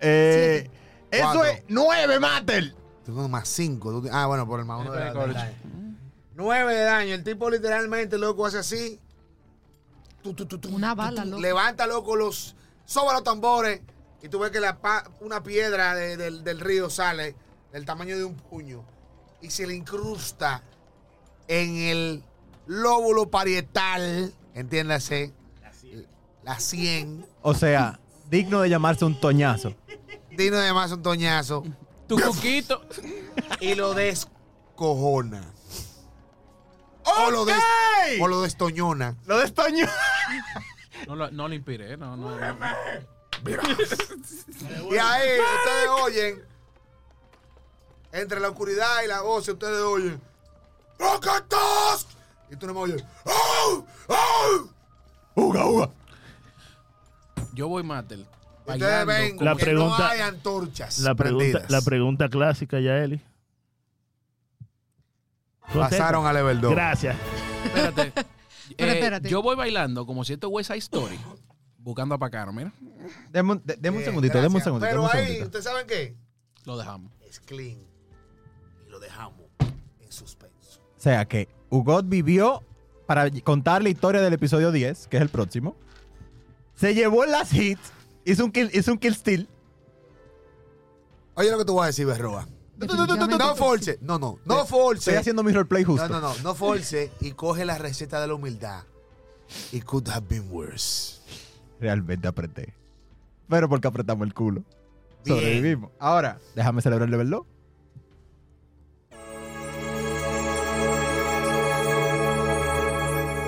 Speaker 1: Eh, eso
Speaker 7: Cuatro.
Speaker 1: es 9, Mandel.
Speaker 7: Tengo más 5. Ah, bueno, por el más uno de
Speaker 2: Espera,
Speaker 7: daño.
Speaker 2: coach.
Speaker 7: 9 de daño. El tipo literalmente, loco, hace así. Tu, tu, tu, tu,
Speaker 4: Una
Speaker 7: tu,
Speaker 4: bala,
Speaker 7: tu.
Speaker 4: loco.
Speaker 7: Levanta, loco, los. Soba los tambores. Y tú ves que la pa- una piedra de- del, del río sale del tamaño de un puño. Y se le incrusta en el lóbulo parietal. Entiéndase. La 100.
Speaker 1: O sea, digno de llamarse un toñazo.
Speaker 7: Dino además un toñazo.
Speaker 2: Tu coquito.
Speaker 7: Y lo descojona. O lo, des- o lo destoñona.
Speaker 1: Lo destoñó.
Speaker 2: No lo, no lo inspiré, no, no.
Speaker 7: Y ahí ustedes oyen, entre la oscuridad y la voz, ustedes oyen, ¡Roquetos! Y tú no me oyes, ¡Oh! ¡Oh!
Speaker 1: Uga, uga.
Speaker 2: Yo voy, Matel.
Speaker 7: Ustedes ven
Speaker 2: bailando.
Speaker 5: La
Speaker 7: que no
Speaker 5: pregunta-
Speaker 7: hay antorchas.
Speaker 5: La pregunta,
Speaker 7: prendidas.
Speaker 5: la pregunta clásica, Yaeli.
Speaker 7: Pasaron a level 2.
Speaker 5: Gracias.
Speaker 2: Espérate.
Speaker 4: Pero
Speaker 2: Eh,
Speaker 4: espérate.
Speaker 2: Yo voy bailando como si esto es West Side Story. Buscando a Pacano, mira.
Speaker 1: Deme un, de- deme un segundito, deme un segundito.
Speaker 7: Pero
Speaker 1: deme un
Speaker 7: ahí,
Speaker 1: segundito.
Speaker 7: ¿ustedes saben qué?
Speaker 2: Lo dejamos.
Speaker 7: Es clean. Y lo dejamos en suspenso.
Speaker 1: O sea que Hugot vivió para contar la historia del episodio 10, que es el próximo. Se llevó las hits, hizo un kill, hizo un kill steal.
Speaker 7: Oye lo que tú vas a decir, Berroa. No, no, no, no,
Speaker 4: Definitivamente
Speaker 7: no
Speaker 4: que
Speaker 7: force. No, no. No
Speaker 1: Estoy
Speaker 7: force.
Speaker 1: haciendo mi roleplay justo.
Speaker 7: No, no, no. No force y coge la receta de la humildad. It could have been worse.
Speaker 1: Realmente apreté. Pero porque apretamos el culo.
Speaker 7: Bien.
Speaker 1: Sobrevivimos. Ahora, déjame celebrar el level 2.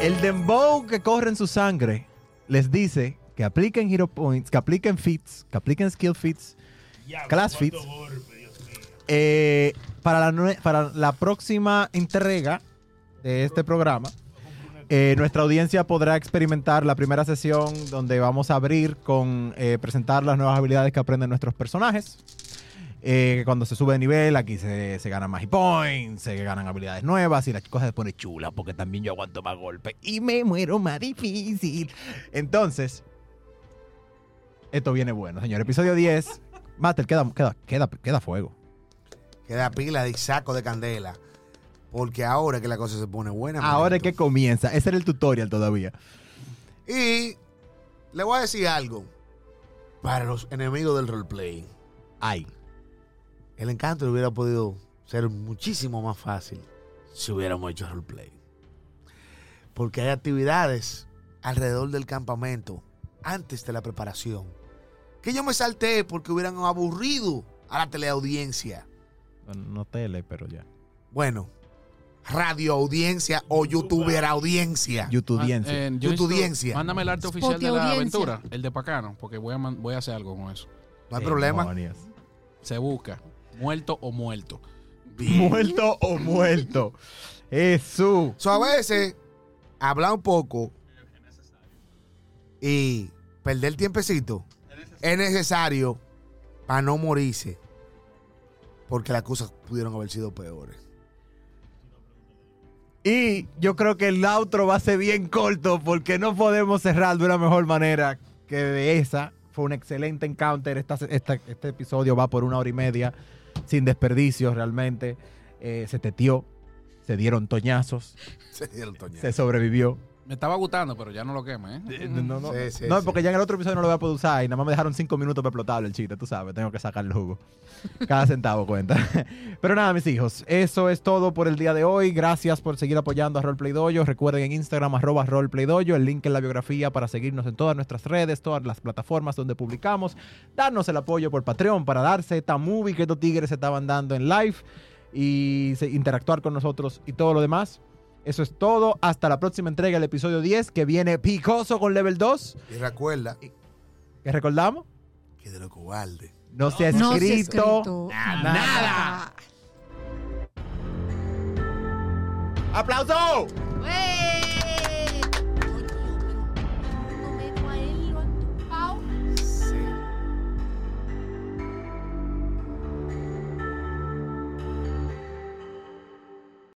Speaker 1: El dembow que corre en su sangre les dice que apliquen hero points, que apliquen fits, que apliquen skill fits Class cuánto Fits. Eh, para, la, nue- para la próxima entrega de este programa, eh, nuestra audiencia podrá experimentar la primera sesión donde vamos a abrir con eh, presentar las nuevas habilidades que aprenden nuestros personajes. Eh, que cuando se sube de nivel, aquí se, se ganan más hit points, se ganan habilidades nuevas y la cosa se pone chula porque también yo aguanto más golpes y me muero más difícil. Entonces, esto viene bueno, señor. Episodio 10. Master, queda, queda, queda, queda fuego.
Speaker 7: Queda pila de saco de candela. Porque ahora es que la cosa se pone buena.
Speaker 1: Ahora es que
Speaker 7: manito.
Speaker 1: comienza. Ese era el tutorial todavía.
Speaker 7: Y le voy a decir algo. Para los enemigos del roleplay,
Speaker 1: Ay.
Speaker 7: el encanto le hubiera podido ser muchísimo más fácil si hubiéramos hecho roleplay. Porque hay actividades alrededor del campamento, antes de la preparación, que yo me salté porque hubieran aburrido a la teleaudiencia.
Speaker 1: Bueno, no tele, pero ya.
Speaker 7: Bueno, radio audiencia o youtuber audiencia.
Speaker 1: YouTube
Speaker 2: Ah,
Speaker 1: audiencia.
Speaker 2: eh, yo
Speaker 7: Tu
Speaker 2: necesito-
Speaker 7: audiencia.
Speaker 2: Mándame el arte oficial de la
Speaker 4: Spotiaudiencia.
Speaker 2: aventura, el de Pacano, porque voy a, man- voy a hacer algo con eso.
Speaker 7: No hay problema.
Speaker 1: Eh, Demonios.
Speaker 2: Se busca. Muerto o muerto.
Speaker 1: Muerto o muerto. Jesús.
Speaker 7: So, a veces, hablar un poco y perder tiempecito es necesario para no morirse. Porque las cosas pudieron haber sido peores.
Speaker 1: Y yo creo que el outro va a ser bien corto porque no podemos cerrar de una mejor manera que de esa. Fue un excelente encounter. Esta- esta- este episodio va por una hora y media sin desperdicios realmente. Eh, se tetió, se dieron toñazos,
Speaker 7: Se dieron toña.
Speaker 1: se sobrevivió.
Speaker 2: Me estaba gustando, pero ya no lo quema, ¿eh?
Speaker 1: Eh, No, no, no.
Speaker 7: Sí, sí,
Speaker 1: No,
Speaker 7: sí.
Speaker 1: porque ya en el otro episodio no lo voy a poder usar y nada más me dejaron cinco minutos para explotarlo el chiste, tú sabes, tengo que sacar el jugo. Cada centavo cuenta. Pero nada, mis hijos, eso es todo por el día de hoy. Gracias por seguir apoyando a Roleplay Dojo. Recuerden en Instagram arroba Roleplay Dojo, el link en la biografía para seguirnos en todas nuestras redes, todas las plataformas donde publicamos. Darnos el apoyo por Patreon para darse esta movie que estos tigres estaban dando en live y se- interactuar con nosotros y todo lo demás. Eso es todo. Hasta la próxima entrega, el episodio 10, que viene picoso con level 2.
Speaker 7: Y recuerda
Speaker 1: que recordamos?
Speaker 7: que de lo cobarde.
Speaker 1: No se ha
Speaker 4: No se ha
Speaker 1: escrito.
Speaker 4: escrito
Speaker 1: ¡Aplauso!
Speaker 8: ¡Wey!